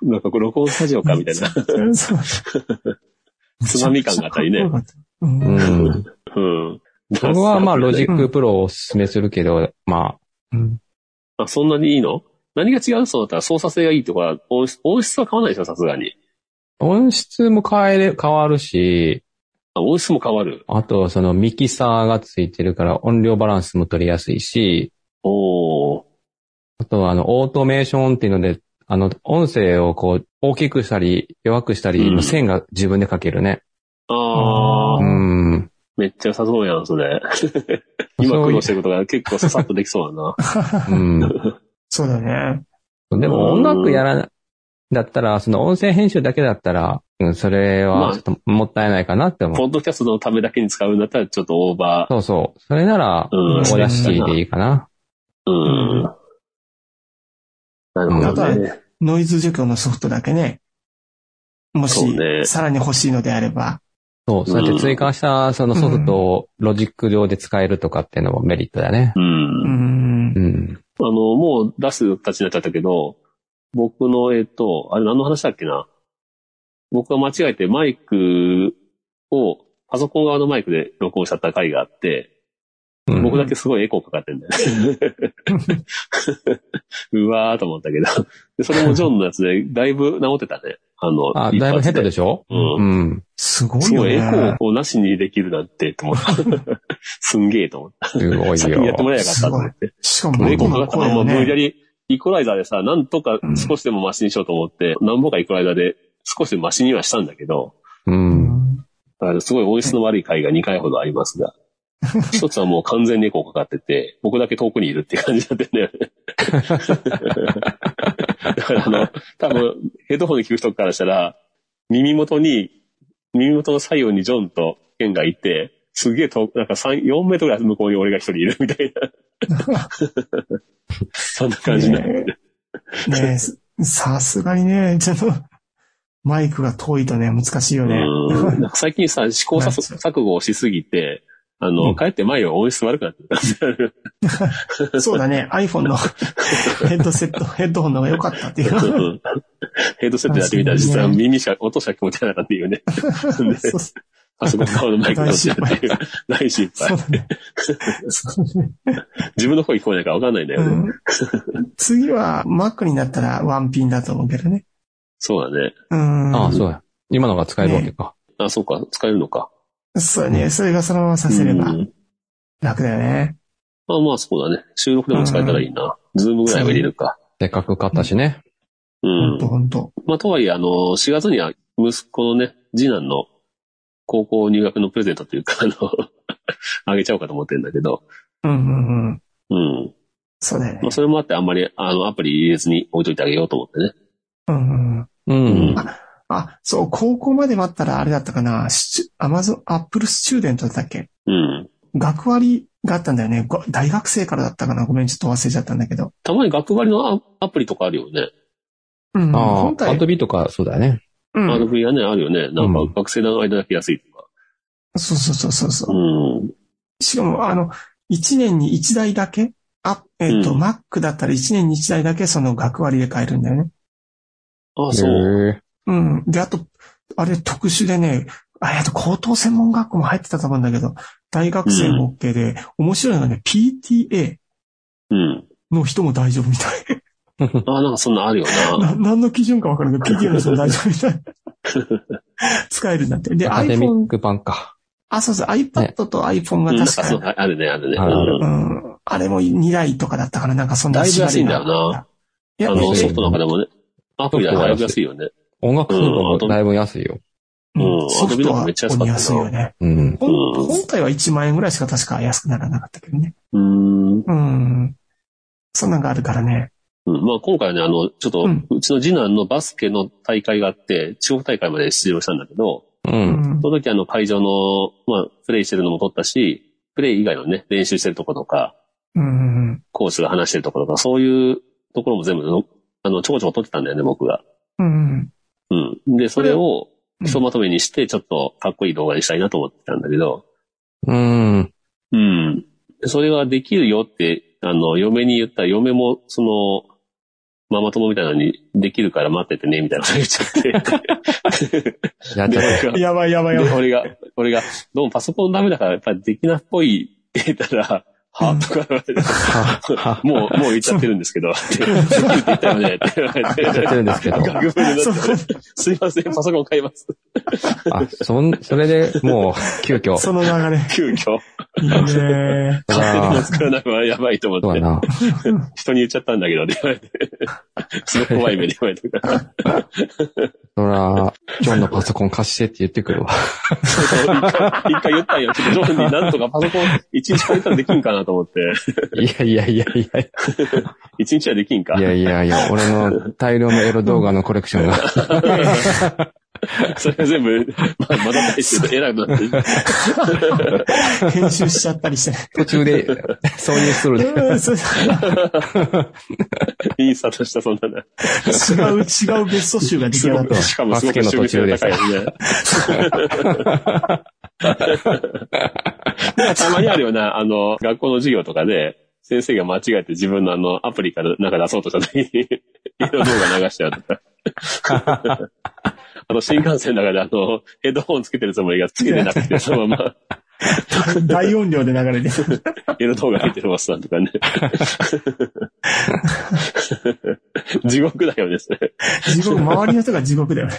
[SPEAKER 3] なんかこれ録音スタジオか、みたいな。
[SPEAKER 2] な。そう。
[SPEAKER 3] [laughs] つまみ感があったり
[SPEAKER 2] め
[SPEAKER 3] ね
[SPEAKER 2] ちゃくちゃかっこよかった。
[SPEAKER 4] う
[SPEAKER 2] うん
[SPEAKER 4] ん。
[SPEAKER 3] うん。
[SPEAKER 4] 僕はまあ、ロジ
[SPEAKER 3] ッ
[SPEAKER 4] ックプロをおすすめするけど、ま
[SPEAKER 2] うん。
[SPEAKER 3] ク。あ、そんなにいいの何が違うそうだったら操作性がいいとか、音質音質は変わらないでしょ、さすがに。
[SPEAKER 4] あ、音質も変えれ、変わるし、
[SPEAKER 3] あ音質も変わる。
[SPEAKER 4] あと、そのミキサーがついてるから音量バランスも取りやすいし、
[SPEAKER 3] おー。
[SPEAKER 4] あとはあの、オートメーションっていうので、あの、音声をこう、大きくしたり、弱くしたり
[SPEAKER 3] う
[SPEAKER 4] の
[SPEAKER 3] ん
[SPEAKER 4] 線が自分で書けるね。
[SPEAKER 3] あ
[SPEAKER 2] あ
[SPEAKER 3] ー
[SPEAKER 2] ー
[SPEAKER 4] う。ん。
[SPEAKER 3] めっちゃ良さそうやん、そ
[SPEAKER 4] [laughs]
[SPEAKER 3] れ。今苦労してることが結構ささっとできそうだな。
[SPEAKER 4] うん。
[SPEAKER 2] そうだね。
[SPEAKER 4] でも音楽やらな、だったら、その音声編集だけだったら、うん、それ
[SPEAKER 3] まあ
[SPEAKER 4] はちょっともったいないかなって思う。
[SPEAKER 3] ポッドキャストのためだけに使うんだったら、ちょっとオーバー。
[SPEAKER 4] そうそう。それなら、
[SPEAKER 3] うん
[SPEAKER 4] オーダーシティでいいかな。
[SPEAKER 3] うん。なるほどね。
[SPEAKER 2] ノイズ除去のソフトだけね。も
[SPEAKER 3] そう
[SPEAKER 2] し、
[SPEAKER 3] ね
[SPEAKER 2] さらに欲しいのであれば。
[SPEAKER 4] そう、そうやって追加したそのソフトをロジック上で使えるとかっていうのもメリットだね。
[SPEAKER 3] う。
[SPEAKER 2] うんん
[SPEAKER 4] う。ん。
[SPEAKER 3] あの、もう出す形になっちゃったけど、僕の、えっと、あれ何の話だっけな。僕が間違えてマイクを、パソコン側のマイクで録音しちゃった回があって、
[SPEAKER 4] うん
[SPEAKER 3] 僕だけすごいエコーかかってんだよ
[SPEAKER 4] [laughs]
[SPEAKER 3] ね。うわーと思ったけど。でそれもジョンのやつで、だいぶ直ってたね。あの、
[SPEAKER 4] あ、だいぶ減ったで
[SPEAKER 3] し
[SPEAKER 4] しょ
[SPEAKER 3] うん
[SPEAKER 4] うん。
[SPEAKER 2] すごい
[SPEAKER 3] す
[SPEAKER 2] よ
[SPEAKER 3] ごいエコーを
[SPEAKER 2] ね。
[SPEAKER 3] こうなしにできるなんて、と思った。
[SPEAKER 4] [laughs]
[SPEAKER 3] すんげえと思った。
[SPEAKER 4] すごい
[SPEAKER 3] 先にやっても
[SPEAKER 4] よ。
[SPEAKER 3] らえなかったと思って。
[SPEAKER 2] しか
[SPEAKER 4] ご
[SPEAKER 2] も、
[SPEAKER 4] い
[SPEAKER 3] エコ
[SPEAKER 2] 僕
[SPEAKER 3] ーかか
[SPEAKER 2] の
[SPEAKER 3] ったま
[SPEAKER 2] 声
[SPEAKER 3] ま
[SPEAKER 2] を
[SPEAKER 3] 無理や
[SPEAKER 2] ね。
[SPEAKER 3] りイコライザーでさ、なんとか少しでもマシにしようと思って、なんぼかイコライザーで少しでもマシにはしたんだけど、
[SPEAKER 4] う。
[SPEAKER 2] うんん
[SPEAKER 3] だからすごい音質の悪い回が2回ほどあります
[SPEAKER 2] [laughs]
[SPEAKER 3] が、一つはもう完全にエコーかかってて、僕だけ遠くにいるって感じだったよね。だからあの、多分ヘッドホンで聞く人からしたら、耳元に、耳元の左右にジョンとケンがいて、すげえ遠く、なんか3、4メートルぐらい向こうに俺が一人いるみたいな。
[SPEAKER 2] [laughs]
[SPEAKER 3] そんな感じになる。
[SPEAKER 2] ねえ、さすがにね、ちょっと、マイクが遠いとね、難しいよね。
[SPEAKER 3] うんなんか最近さ、試行錯誤錯誤をしすぎて、あの、
[SPEAKER 2] うん
[SPEAKER 3] 帰って前より音質悪くなってる。
[SPEAKER 2] そうだね、iPhone
[SPEAKER 3] [laughs]
[SPEAKER 2] のヘッドセット、ヘッドホンの方が良かったっていう。
[SPEAKER 3] うん [laughs] ヘッドセットやってみたら、実は耳しか、音しか聞こえてなかったっていうね。
[SPEAKER 2] そう
[SPEAKER 3] あそこ顔のマイクになってるっていう。大心
[SPEAKER 2] そう
[SPEAKER 3] 配。
[SPEAKER 2] だね。そうだね
[SPEAKER 3] 自分の声聞こえないからわかんないんだよね。
[SPEAKER 2] うん次は Mac になったらワンピンだと思うけどね。
[SPEAKER 3] そうだね。
[SPEAKER 2] うん。
[SPEAKER 4] ああ、そうや。今のが使えるわけか。
[SPEAKER 3] あ、そうか、使えるのか。
[SPEAKER 2] そうね。それがそのままさせれば
[SPEAKER 3] うん
[SPEAKER 2] 楽だよね。
[SPEAKER 3] まあまあ、そうだね。収録でも使えたらいいな。ズームぐらいは入れるか。
[SPEAKER 4] せっかく買ったしね。
[SPEAKER 3] う
[SPEAKER 2] ほん
[SPEAKER 3] ん
[SPEAKER 2] と。ほんと。
[SPEAKER 3] まあ、とはいえ、あの、4月には息子のね、次男の高校入学のプレゼントというか、あの、 [laughs] あげちゃおうかと思ってるんだけど、
[SPEAKER 2] うんうんうん。
[SPEAKER 3] うん。
[SPEAKER 2] そうだよ
[SPEAKER 3] ま
[SPEAKER 2] ね
[SPEAKER 3] あ、。それもあって、あんまり、あの、アプリ入れずに置いといてあげようと思ってね。
[SPEAKER 2] うんうんうん。
[SPEAKER 4] うん。
[SPEAKER 2] あ、そう、高校まで待ったらあれだったかな。アマゾン、アップルスチューデントだったっけ
[SPEAKER 3] うん。
[SPEAKER 2] 学割があったんだよね。ご大学生からだったかな。ごめん、ちょっと忘れちゃったんだけど。
[SPEAKER 3] たまに学割のアアプリとかあるよね。
[SPEAKER 2] うん。
[SPEAKER 4] あ
[SPEAKER 2] 本
[SPEAKER 4] あ、ア
[SPEAKER 2] 体
[SPEAKER 4] ド、ビとか、そうだよね。
[SPEAKER 2] うん
[SPEAKER 3] アドフリはね、あるよね。なん
[SPEAKER 4] う
[SPEAKER 3] か
[SPEAKER 4] ん
[SPEAKER 3] 学生の間だけ安いとか。
[SPEAKER 2] そうそうそうそうそうう。
[SPEAKER 3] ん。
[SPEAKER 2] しかも、あの、1年に1台だけ、あ、えっ、と、
[SPEAKER 3] うん
[SPEAKER 2] Mac だったら1年に1台だけその学割で買えるんだよね。
[SPEAKER 3] あそう。
[SPEAKER 4] へえ。
[SPEAKER 2] うん。で、あと、あれ特殊でね、あれ、あと高等専門学校も入ってたと思うんだけど、大学生も OK で、面白いのがね、PTA
[SPEAKER 3] うん。
[SPEAKER 2] の人も大丈夫みたい。
[SPEAKER 3] あなんかそんなあるよ
[SPEAKER 2] [laughs]
[SPEAKER 3] な。
[SPEAKER 2] な何の基準かわからないけど、PTA の人も大丈夫みたい。
[SPEAKER 3] [laughs]
[SPEAKER 2] 使えるんだって。で、
[SPEAKER 4] アカデミ
[SPEAKER 2] iPhone
[SPEAKER 4] ッ、ク版か。
[SPEAKER 2] あ、そうそう、iPad と iPhone
[SPEAKER 3] うん、な
[SPEAKER 2] が
[SPEAKER 3] んか
[SPEAKER 2] 確か
[SPEAKER 3] そう、ああるね、あるね。
[SPEAKER 4] あるある
[SPEAKER 3] う
[SPEAKER 2] うんん。あれも2台とかだったから、なんかそんな縛りが
[SPEAKER 3] だいぶ安いんだよな。
[SPEAKER 2] い
[SPEAKER 3] あ
[SPEAKER 2] や、
[SPEAKER 3] の、
[SPEAKER 2] で
[SPEAKER 3] ソフトなんかでもね、アプリはだいぶ安いよね。
[SPEAKER 4] 音楽とかもだいぶ安いよ。
[SPEAKER 3] うん
[SPEAKER 2] ソフトは鬼安いよね。
[SPEAKER 4] うん。
[SPEAKER 2] ほん
[SPEAKER 3] うん
[SPEAKER 2] 本体は1万円ぐらいしか確か安くならなかったけどね。
[SPEAKER 3] うん。
[SPEAKER 2] うん。そんなんがあるからね。
[SPEAKER 3] うん、まあ今回はね、あの、ちょっと、う
[SPEAKER 2] うん
[SPEAKER 3] ちの次男のバスケの大会があって、地方大会まで出場したんだけど、
[SPEAKER 4] う。
[SPEAKER 2] うんん
[SPEAKER 3] そ。の時あの会場の、まあ、プレイしてるのも撮ったし、プレイ以外のね、練習してるとことか、
[SPEAKER 2] うん。
[SPEAKER 3] コーチが話してるとことか、そういうところも全部の、あの、ちょこちょこ撮ってたんだよね、僕が。
[SPEAKER 2] うん。
[SPEAKER 3] うん。で、それを、
[SPEAKER 2] うん
[SPEAKER 3] ひとまとめにして、ちょっとかっこいい動画にしたいなと思ってたんだけど、
[SPEAKER 4] うん。
[SPEAKER 3] うん。それができるよって、あの、嫁に言ったら、嫁も、その、ママ友みたいなのに、できるから待っててね、みたいなこと言っちゃって。
[SPEAKER 4] やっち
[SPEAKER 3] で
[SPEAKER 4] ゃっ
[SPEAKER 3] 俺が
[SPEAKER 2] や [laughs] ばいやばいや
[SPEAKER 3] で、
[SPEAKER 2] ばい。
[SPEAKER 3] 俺が、俺が、どうもパソコンダメだから、やっぱりできなっぽいって言ったら、
[SPEAKER 2] う
[SPEAKER 3] は
[SPEAKER 2] ん
[SPEAKER 3] とか言われて、
[SPEAKER 4] た。
[SPEAKER 3] [laughs] もう、もう言っちゃってるんですけど、って [laughs] 言ったよね、って言われて。
[SPEAKER 4] 言っちゃってるんですけど
[SPEAKER 3] 学部で
[SPEAKER 2] そう
[SPEAKER 3] すいません、パソコン買います。
[SPEAKER 4] あ、そん、それでもう、急
[SPEAKER 3] [laughs]
[SPEAKER 4] 遽。
[SPEAKER 2] そ
[SPEAKER 4] そ
[SPEAKER 2] の流れ。
[SPEAKER 3] 急遽。
[SPEAKER 2] いいね。
[SPEAKER 4] う
[SPEAKER 3] 勝手にも
[SPEAKER 4] だ
[SPEAKER 3] 作らないのはやばいと思って。
[SPEAKER 4] な。
[SPEAKER 3] 人に言っちゃったんだけど、って言 [laughs] われて。すごい怖い目で言われてから。
[SPEAKER 4] そら、ジョンのパソコン貸してって言ってくるわ。
[SPEAKER 3] そうそう、一回一回言ったんよ。ちょっとジョンになんとかパソコン一日借りたらできんかなと思って。
[SPEAKER 4] いやいやいやいやい
[SPEAKER 3] 一日はできんか。
[SPEAKER 4] や。いやいやいや、俺の大量のエロ動画のコレクショ [laughs] ンが。
[SPEAKER 3] それが全部、まあ、まだ大して偉くなって。 [laughs]
[SPEAKER 2] 編集しちゃったりしてね。
[SPEAKER 4] 途中で挿入するで。
[SPEAKER 2] うんそう
[SPEAKER 3] インスタとしたそんなの。
[SPEAKER 2] 違う、違うベスト集が出来
[SPEAKER 3] す
[SPEAKER 2] 上が
[SPEAKER 3] ご
[SPEAKER 2] っ
[SPEAKER 3] く
[SPEAKER 2] た。
[SPEAKER 3] しかもすごく趣味性が高いよね。たまにあるよな、あの、学校の授業とかで、先生が間違えて自分のあの、アプリからなんか出そうとした時に、色動画流しちゃうとか。あの、新幹線の中であの、ヘッドホンつけてるつもりがつけてなくて、そのまま、
[SPEAKER 2] 大音量で流れて。
[SPEAKER 3] 色動画入ってるマスターとかね。地獄だよね、それ。
[SPEAKER 2] 地獄、周りの人が地獄だよね。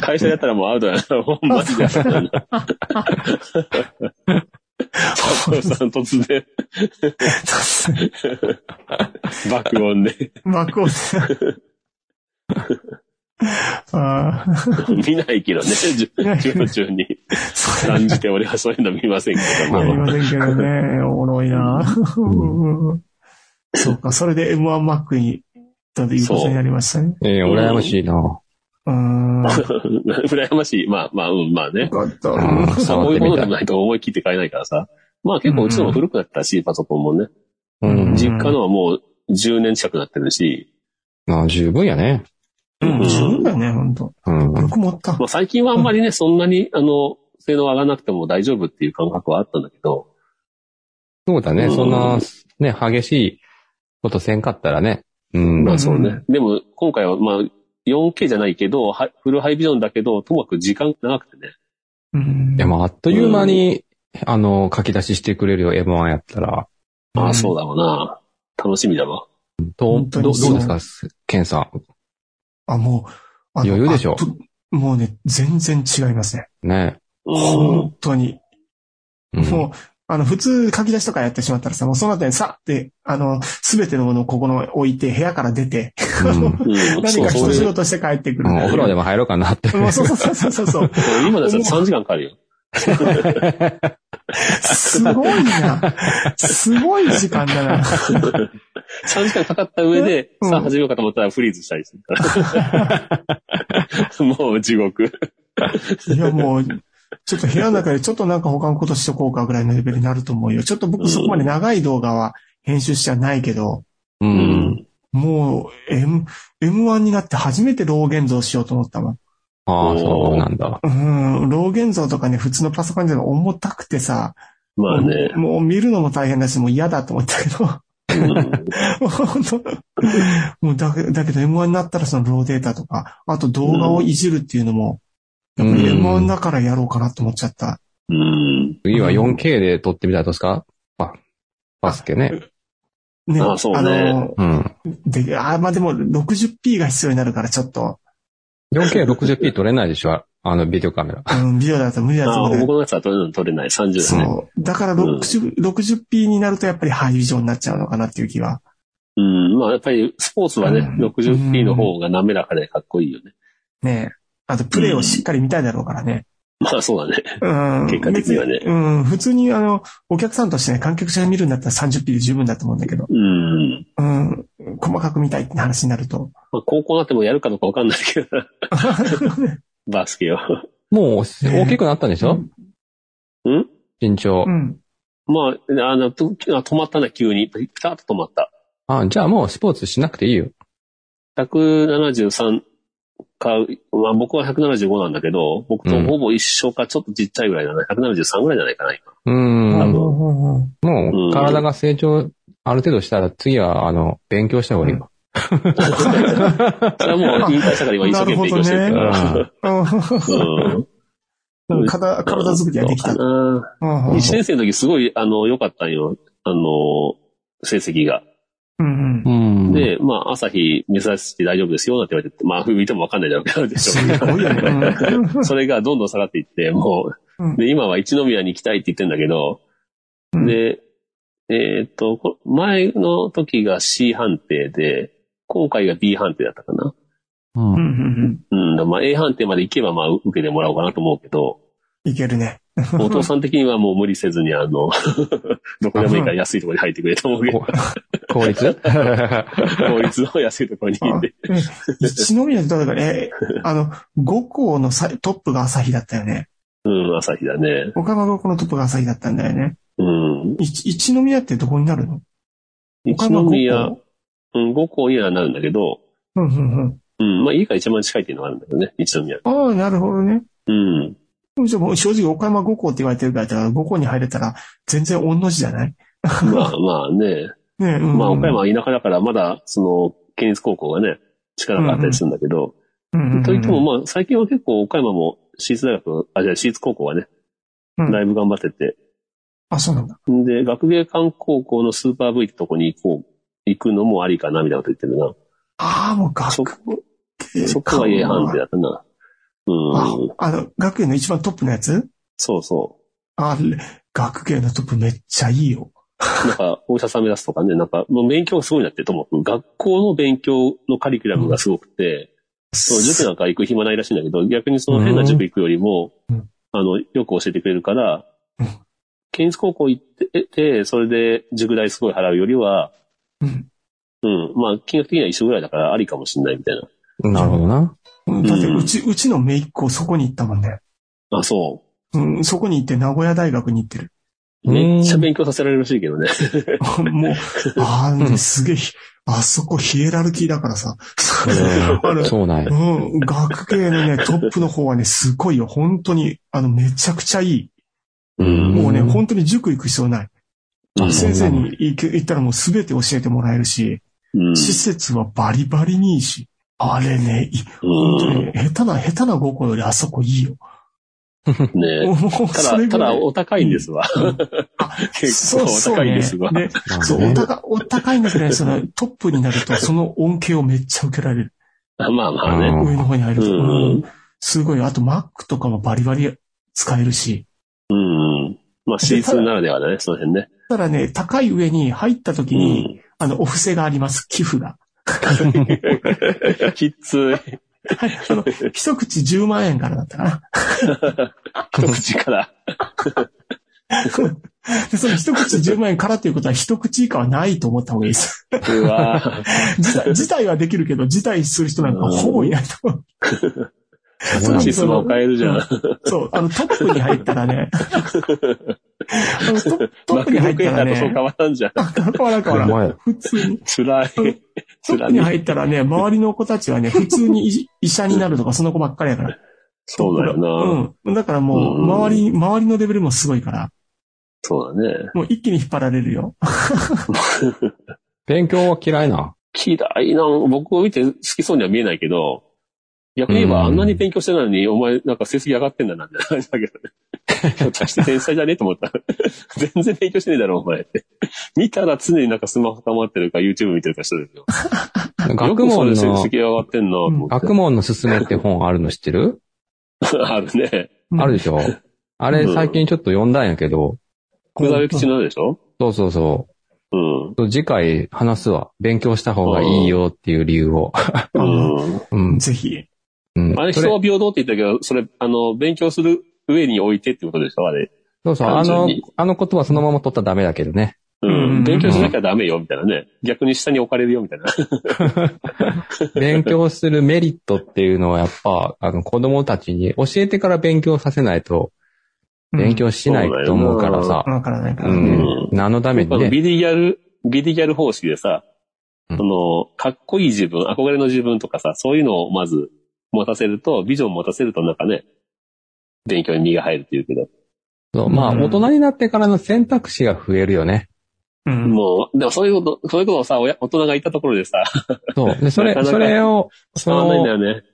[SPEAKER 3] 会社でやったらもうアウトだな。ほんまに [laughs] アウトだな。佐藤さん突然、爆音で、
[SPEAKER 2] 幕を。ああ、
[SPEAKER 3] 見ないけどね、授業中に。
[SPEAKER 2] そう
[SPEAKER 3] 感じて俺はそういうの見ませんけど
[SPEAKER 2] やり
[SPEAKER 3] も。
[SPEAKER 2] ませんけどね、おもろいな。そうか、それで M1 マックに、ということになりましたね。
[SPEAKER 4] ええ、羨ましいな。
[SPEAKER 2] ううーん。よ
[SPEAKER 3] 羨ましい。まあまあ、うん、まあね。
[SPEAKER 2] かった。
[SPEAKER 4] うん
[SPEAKER 3] そういうものでもないと思い切って買えないからさ。まあ結構うちのも古くなったし、パソコンもね。
[SPEAKER 4] うん。
[SPEAKER 3] 実家のはもう10年近くなってるし。
[SPEAKER 4] まあ、十分やね。
[SPEAKER 2] うん、十分だよね、ほんと。
[SPEAKER 4] うん。
[SPEAKER 2] 僕もった。
[SPEAKER 3] まあ最近はあんまりね、そんなに、あの、性能上がらなくても大丈夫っていう感覚はあったんだけど。
[SPEAKER 4] そうだ
[SPEAKER 3] う
[SPEAKER 4] ね。
[SPEAKER 3] ん
[SPEAKER 4] そんな、ね、激しいことせんかったらね。うん。
[SPEAKER 3] まあそうね。でも、今回は、まあ、4K じゃないけど、ハイフルハイビジョンだけど、ともかく時間長くてね。
[SPEAKER 2] うん
[SPEAKER 4] で。も、あっという間に、あの、書き出ししてくれるよ、M1 やったら。
[SPEAKER 2] うん
[SPEAKER 3] ああ、そうだろうな。楽しみだわ。
[SPEAKER 4] と、
[SPEAKER 2] 本当
[SPEAKER 4] ど
[SPEAKER 2] に
[SPEAKER 4] どう
[SPEAKER 2] そう
[SPEAKER 4] ですか、ケンさ
[SPEAKER 2] あ、もう、あの
[SPEAKER 4] 余裕でしょ
[SPEAKER 2] あともうね、全然違いますね。
[SPEAKER 4] ん。ね。
[SPEAKER 3] うん
[SPEAKER 2] 本当に。
[SPEAKER 4] うん
[SPEAKER 2] もう、あの、普通書き出しとかやってしまったらさ、もうその後にさって、あの、すべてのものをここの置いて、部屋から出て、
[SPEAKER 4] うんう
[SPEAKER 2] 何か一仕事して帰ってくる。
[SPEAKER 4] んお風呂でも入ろうかなって。
[SPEAKER 2] もうそうそうそうそうそう。
[SPEAKER 3] そう今だったら3時間かかるよ。
[SPEAKER 2] すごいな。すごい時間だな。
[SPEAKER 3] 3時間かかった上で、
[SPEAKER 2] うん
[SPEAKER 3] さあ始めようかと思ったらフリーズしたりする
[SPEAKER 2] [laughs]
[SPEAKER 3] から。もう地獄。
[SPEAKER 2] いやもう、ちょっと部屋の中でちょっとなんか他のことしとこうかぐらいのレベルになると思うよ。ちょっと僕そこまで長い動画は編集してはないけど、
[SPEAKER 4] う。。
[SPEAKER 3] うん
[SPEAKER 2] もう M、M1 になって初めてローゲン像しようと思ったもん。
[SPEAKER 4] ああ、そうなんだ。
[SPEAKER 2] うん、ローゲン像とかね、普通のパソコンじゃ重たくてさ、
[SPEAKER 3] まあね。
[SPEAKER 2] もう見るのも大変だし、もう嫌だと思ったけど、 [laughs] も
[SPEAKER 3] うん
[SPEAKER 2] う本当もうだけだけど M1 になったらそのローデータとか、あと動画をいじるっていうのも、やっぱり
[SPEAKER 4] うん
[SPEAKER 2] M1 だからやろうかなと思っちゃった。 [laughs]
[SPEAKER 3] うん。
[SPEAKER 4] 次は 4K で撮ってみたらどうですかババスケね。
[SPEAKER 2] ね、
[SPEAKER 3] あそうね
[SPEAKER 2] の、
[SPEAKER 4] うん。
[SPEAKER 2] で、あー、まあでも 60p が必要になるからちょっと、
[SPEAKER 4] 4K60p 撮れないでしょあのビデオカメラ。
[SPEAKER 2] うん、ビデオだと無理だと
[SPEAKER 3] ああ、
[SPEAKER 2] 思う
[SPEAKER 3] 僕
[SPEAKER 2] ね。
[SPEAKER 3] のやつは取れない、取れない。30
[SPEAKER 2] そ
[SPEAKER 3] だね。
[SPEAKER 2] う。だから
[SPEAKER 3] うん
[SPEAKER 2] 60、60p になるとやっぱりハイビジョンになっちゃうのかなっていう気は。
[SPEAKER 3] うん。まあやっぱりスポーツはね、60p の方が滑らかでかっこいいよね。 [laughs]
[SPEAKER 2] ねあと、プレイをしっかり見たいだろうからね。
[SPEAKER 3] まあそうだね。
[SPEAKER 2] うん。
[SPEAKER 3] 結果的にはね
[SPEAKER 2] 別にうん。普通に、あの、お客さんとしてね、観客者で見るんだったら 30p で十分だと思うんだけど。
[SPEAKER 3] うん。
[SPEAKER 2] うん。細かく見たいって話になると。
[SPEAKER 3] まあ、高校になってもやるかどうかわかんないけど、 [laughs] バスケを。 [laughs]
[SPEAKER 4] もう、大きくなったんでしょ
[SPEAKER 3] うん
[SPEAKER 4] 身長
[SPEAKER 2] う。ん。
[SPEAKER 3] まあ、あの、とあ止まったな、急に。ピタッと止まった。
[SPEAKER 4] あ、じゃあもうスポーツしなくていいよ。
[SPEAKER 3] 173か、まあ僕は175なんだけど、僕とほぼ一緒か、ちょっとちっちゃいぐらいだね。173ぐらいじゃないかな、今。
[SPEAKER 4] う。
[SPEAKER 2] うんんうん
[SPEAKER 4] もう、体が成長、ある程度したら次は、あの、勉強した方がいいよ。
[SPEAKER 3] それはもう引退したから今一生懸命勉強してるから。
[SPEAKER 2] うん体、体作りはできた。うんうん
[SPEAKER 3] 1年生の時すごい、あの、良かったんよ。あの、成績が。
[SPEAKER 2] うん
[SPEAKER 4] う。
[SPEAKER 3] [laughs]
[SPEAKER 4] ん。
[SPEAKER 3] で、まあ、朝日目指して大丈夫ですよ、なんて言われて、まあ、見てもわかんないだろうけど、でし
[SPEAKER 2] す
[SPEAKER 3] ょ。
[SPEAKER 2] ごいよね。うん
[SPEAKER 3] [laughs] それがどんどん下がっていって、も
[SPEAKER 2] うん
[SPEAKER 3] う、で、今は一宮に行きたいって言ってんだけど、
[SPEAKER 2] うん
[SPEAKER 3] で、えーっと、こ前の時が C 判定で、今回が B 判定だったかな。
[SPEAKER 4] う。
[SPEAKER 2] うんうんん
[SPEAKER 3] うん、だからまあ A 判定まで行けば、まあ、受けてもらおうかなと思う
[SPEAKER 2] [laughs]
[SPEAKER 3] けど、
[SPEAKER 2] うん。いけるね。
[SPEAKER 3] お父さん的にはもう無理せずに、あの、 [laughs] どこでもいいから安いところに入ってくれと思うけど、
[SPEAKER 4] こ [laughs]
[SPEAKER 3] [laughs]
[SPEAKER 4] 効率
[SPEAKER 3] 効率の安いところに行って。
[SPEAKER 2] あえ一宮ってだから、
[SPEAKER 3] [laughs]
[SPEAKER 2] え、あの、5校のさトップが朝日だったよね。
[SPEAKER 3] うん、朝日だね。
[SPEAKER 2] 岡山5校のトップが朝日だったんだよね。
[SPEAKER 3] うん。
[SPEAKER 2] い一宮ってどこになるの岡
[SPEAKER 3] 一
[SPEAKER 2] 山
[SPEAKER 3] 宮
[SPEAKER 2] 5、校。
[SPEAKER 3] うん、5校にはなるんだけど、
[SPEAKER 2] うんうんうん。
[SPEAKER 3] うん、まあ、家が一番近いっていうのがあるんだけどね、一宮。
[SPEAKER 2] ああ、なるほどね。 [laughs]
[SPEAKER 3] うん。
[SPEAKER 2] じゃあもう正直岡山5校って言われてるから、だから5校に入れたら全然御の字じゃない
[SPEAKER 3] まあまあね。
[SPEAKER 2] ねうん
[SPEAKER 3] まあ岡山は田舎だからまだ、その、県立高校がね、力があったりするんだけど、といってもまあ最近は結構岡山も私立大学、あ、じゃあ私立高校がね、
[SPEAKER 2] うん
[SPEAKER 3] だいぶ頑張ってて、
[SPEAKER 2] あ。あ、そうなんだ。
[SPEAKER 3] んで、学芸館高校のスーパー V ってとこに行こう、行くのもありかな、みたいなこと言ってるな。
[SPEAKER 2] ああ、もう学
[SPEAKER 3] そ
[SPEAKER 2] 校
[SPEAKER 3] こ、そこが A 判定だったな。
[SPEAKER 2] あ
[SPEAKER 3] うん。
[SPEAKER 2] あの、学園の一番トップのやつ
[SPEAKER 3] そうそ
[SPEAKER 2] あれ、学芸のトップめっちゃいいよ。
[SPEAKER 3] う。なんか、お医者さん目指すとかね、なんか、もう勉強がすごいなって、ともかく学校の勉強のカリキュラムがすごくて、そう、塾なんか行く暇ないらしいんだけど、逆にその変な塾行くよりも、
[SPEAKER 2] うん
[SPEAKER 3] あの、よく教えてくれるから
[SPEAKER 2] うん、
[SPEAKER 3] 県立高校行ってて、それで塾代すごい払うよりは、
[SPEAKER 2] うん
[SPEAKER 3] うん、まあ、金額的には一緒ぐらいだからありかもしれないみたいな
[SPEAKER 4] なるほどな。
[SPEAKER 2] うんだって、うち、うちの姪っ子、そこに行ったもんね。
[SPEAKER 3] あ、そ
[SPEAKER 2] うん、そこに行って、名古屋大学に行ってる。 [laughs]
[SPEAKER 3] う。めっちゃ勉強させられるらしいけどね。
[SPEAKER 2] もう、あー、すげえ、あそこヒエラルキーだからさ。あ
[SPEAKER 4] うん
[SPEAKER 2] の
[SPEAKER 4] そうなん
[SPEAKER 2] [laughs]
[SPEAKER 4] や。
[SPEAKER 2] うん、学系のね、トップの方はね、すごいよ。本当に、あの、めちゃくちゃいい。
[SPEAKER 4] うん
[SPEAKER 2] もうね、本当に塾行く必要ない。
[SPEAKER 4] あそう
[SPEAKER 2] 先生に行け行ったらもうすべて教えてもらえるし、
[SPEAKER 3] うん。
[SPEAKER 2] 施設はバリバリにいいし。あれね、い本当にね、下手な、下手な5個よりあそこいいよ。
[SPEAKER 3] うんね
[SPEAKER 2] もう
[SPEAKER 3] た
[SPEAKER 2] それ
[SPEAKER 3] だ、
[SPEAKER 2] ぐ
[SPEAKER 3] た
[SPEAKER 2] ら
[SPEAKER 3] だ、
[SPEAKER 2] い
[SPEAKER 3] お高いんですわ。 [laughs] 結構お高いんですわ。
[SPEAKER 2] ね
[SPEAKER 4] なん
[SPEAKER 2] そう、
[SPEAKER 4] で
[SPEAKER 2] お
[SPEAKER 4] ね
[SPEAKER 2] 高お高いんだ
[SPEAKER 3] [laughs]
[SPEAKER 2] けどね、そのトップになると、その恩恵をめっちゃ受けられる。
[SPEAKER 3] あまあまあ
[SPEAKER 4] う
[SPEAKER 3] ね。
[SPEAKER 4] ん
[SPEAKER 2] 上の方に入ると。
[SPEAKER 3] うん
[SPEAKER 2] うんすごい。あと、Mac とかもバリバリ使えるし。
[SPEAKER 3] うん。まあ、シーズンならではだね、その辺ね。
[SPEAKER 2] ただね、高い上に入った時に、
[SPEAKER 3] う
[SPEAKER 2] あの、お布施があります。寄付が。
[SPEAKER 3] ん。きつい。
[SPEAKER 2] はい。あの、一口10万円からだったかな。
[SPEAKER 3] 一口から。
[SPEAKER 2] で、その一口10万円からということは、一口以下はないと思った方がいいです。
[SPEAKER 3] うわぁ。
[SPEAKER 2] 自体、自体はできるけど、自体する人なんかほぼいないと思う。
[SPEAKER 4] そうなん
[SPEAKER 3] シ
[SPEAKER 4] や
[SPEAKER 3] スマを変えるじゃん。
[SPEAKER 2] うそう、あの、トップに入ったらね、あのトップトップに入ったら
[SPEAKER 3] マクドナルドとそう変
[SPEAKER 2] ね、
[SPEAKER 3] わらんじゃん。
[SPEAKER 2] あ、変わらん変わら
[SPEAKER 4] ほんまや
[SPEAKER 2] ん。普通に。
[SPEAKER 3] 辛い。
[SPEAKER 2] トッ
[SPEAKER 3] 辛
[SPEAKER 2] プに
[SPEAKER 3] い。
[SPEAKER 2] 入ったらね、周りの子たちはね、普通に医医者になるとか、その子ばっかりやから。
[SPEAKER 3] そうだよな。
[SPEAKER 2] うん。だからもう、
[SPEAKER 3] うん
[SPEAKER 2] 周り、周りのレベルもすごいから、
[SPEAKER 3] そうだね。
[SPEAKER 2] もう一気に引っ張られるよ。
[SPEAKER 4] 勉強は嫌いな。
[SPEAKER 3] 嫌いな、僕を見て好きそうには見えないけど、逆に言え
[SPEAKER 4] う
[SPEAKER 3] ば
[SPEAKER 4] ん
[SPEAKER 3] あんなに勉強してないのに、お前なんか成績上がってんだな、みたいな感じだけどね。ひょっとして天才じゃねえと思った。 [laughs] 全然勉強してねえだろ、お前って。見たら常になんかスマホ溜まってるか YouTube 見てるかしてるよ。よ
[SPEAKER 4] 学
[SPEAKER 3] くそれ
[SPEAKER 4] 問
[SPEAKER 3] 成
[SPEAKER 4] の
[SPEAKER 3] 績、上がってんなと思って、
[SPEAKER 4] 学問のすすめって本あるの知ってる
[SPEAKER 3] あるね。
[SPEAKER 2] うん
[SPEAKER 4] あるで
[SPEAKER 3] [laughs]
[SPEAKER 4] しょあれ最近ちょっと読んだんやけど、
[SPEAKER 3] 福沢諭吉のでしょ
[SPEAKER 4] そうそうそ
[SPEAKER 3] うん。
[SPEAKER 4] う。次回話すわ。勉強した方がいいよっていう理由を。
[SPEAKER 3] うん。
[SPEAKER 4] うん。
[SPEAKER 2] ぜひ。
[SPEAKER 4] うん。
[SPEAKER 3] あれ
[SPEAKER 4] そ
[SPEAKER 3] 人
[SPEAKER 4] れ
[SPEAKER 3] は平等って言ったけど、それ、あの、勉強する上においてってことでしょあれ。
[SPEAKER 4] そうそう。あ
[SPEAKER 3] 単純
[SPEAKER 4] の
[SPEAKER 3] に、
[SPEAKER 4] あの言葉そのまま取ったらダメだけどね。
[SPEAKER 3] [laughs] う
[SPEAKER 2] うん
[SPEAKER 3] ん。勉強しなきゃダメよ、みたいなね。逆に下に置かれるよ、みたいな。
[SPEAKER 4] 勉強するメリットっていうのはやっぱ、あの、子供たちに教えてから勉強させないと、
[SPEAKER 2] うん
[SPEAKER 4] 勉強しないと思うからさ。
[SPEAKER 2] わからないから
[SPEAKER 4] う
[SPEAKER 2] ね。
[SPEAKER 4] ん。何のため
[SPEAKER 3] あ
[SPEAKER 4] に
[SPEAKER 3] の
[SPEAKER 4] ね。
[SPEAKER 3] ビリギャル、ビリギャル方式でさ、
[SPEAKER 4] うん
[SPEAKER 3] その、かっこいい自分、憧れの自分とかさ、そういうのをまず持たせると、ビジョン持たせるとなんかね、勉強に身が入るっていうけど。
[SPEAKER 4] そうまあ、
[SPEAKER 2] うん
[SPEAKER 4] 大人になってからの選択肢が増えるよね。
[SPEAKER 2] うん
[SPEAKER 3] もう、でもそういうこと、そういうことをさ、親大人がいたところでさ、
[SPEAKER 4] そう。で、それ
[SPEAKER 3] なか、なか
[SPEAKER 4] それを、そ
[SPEAKER 3] 伝わんないんだ
[SPEAKER 4] の、
[SPEAKER 3] よね。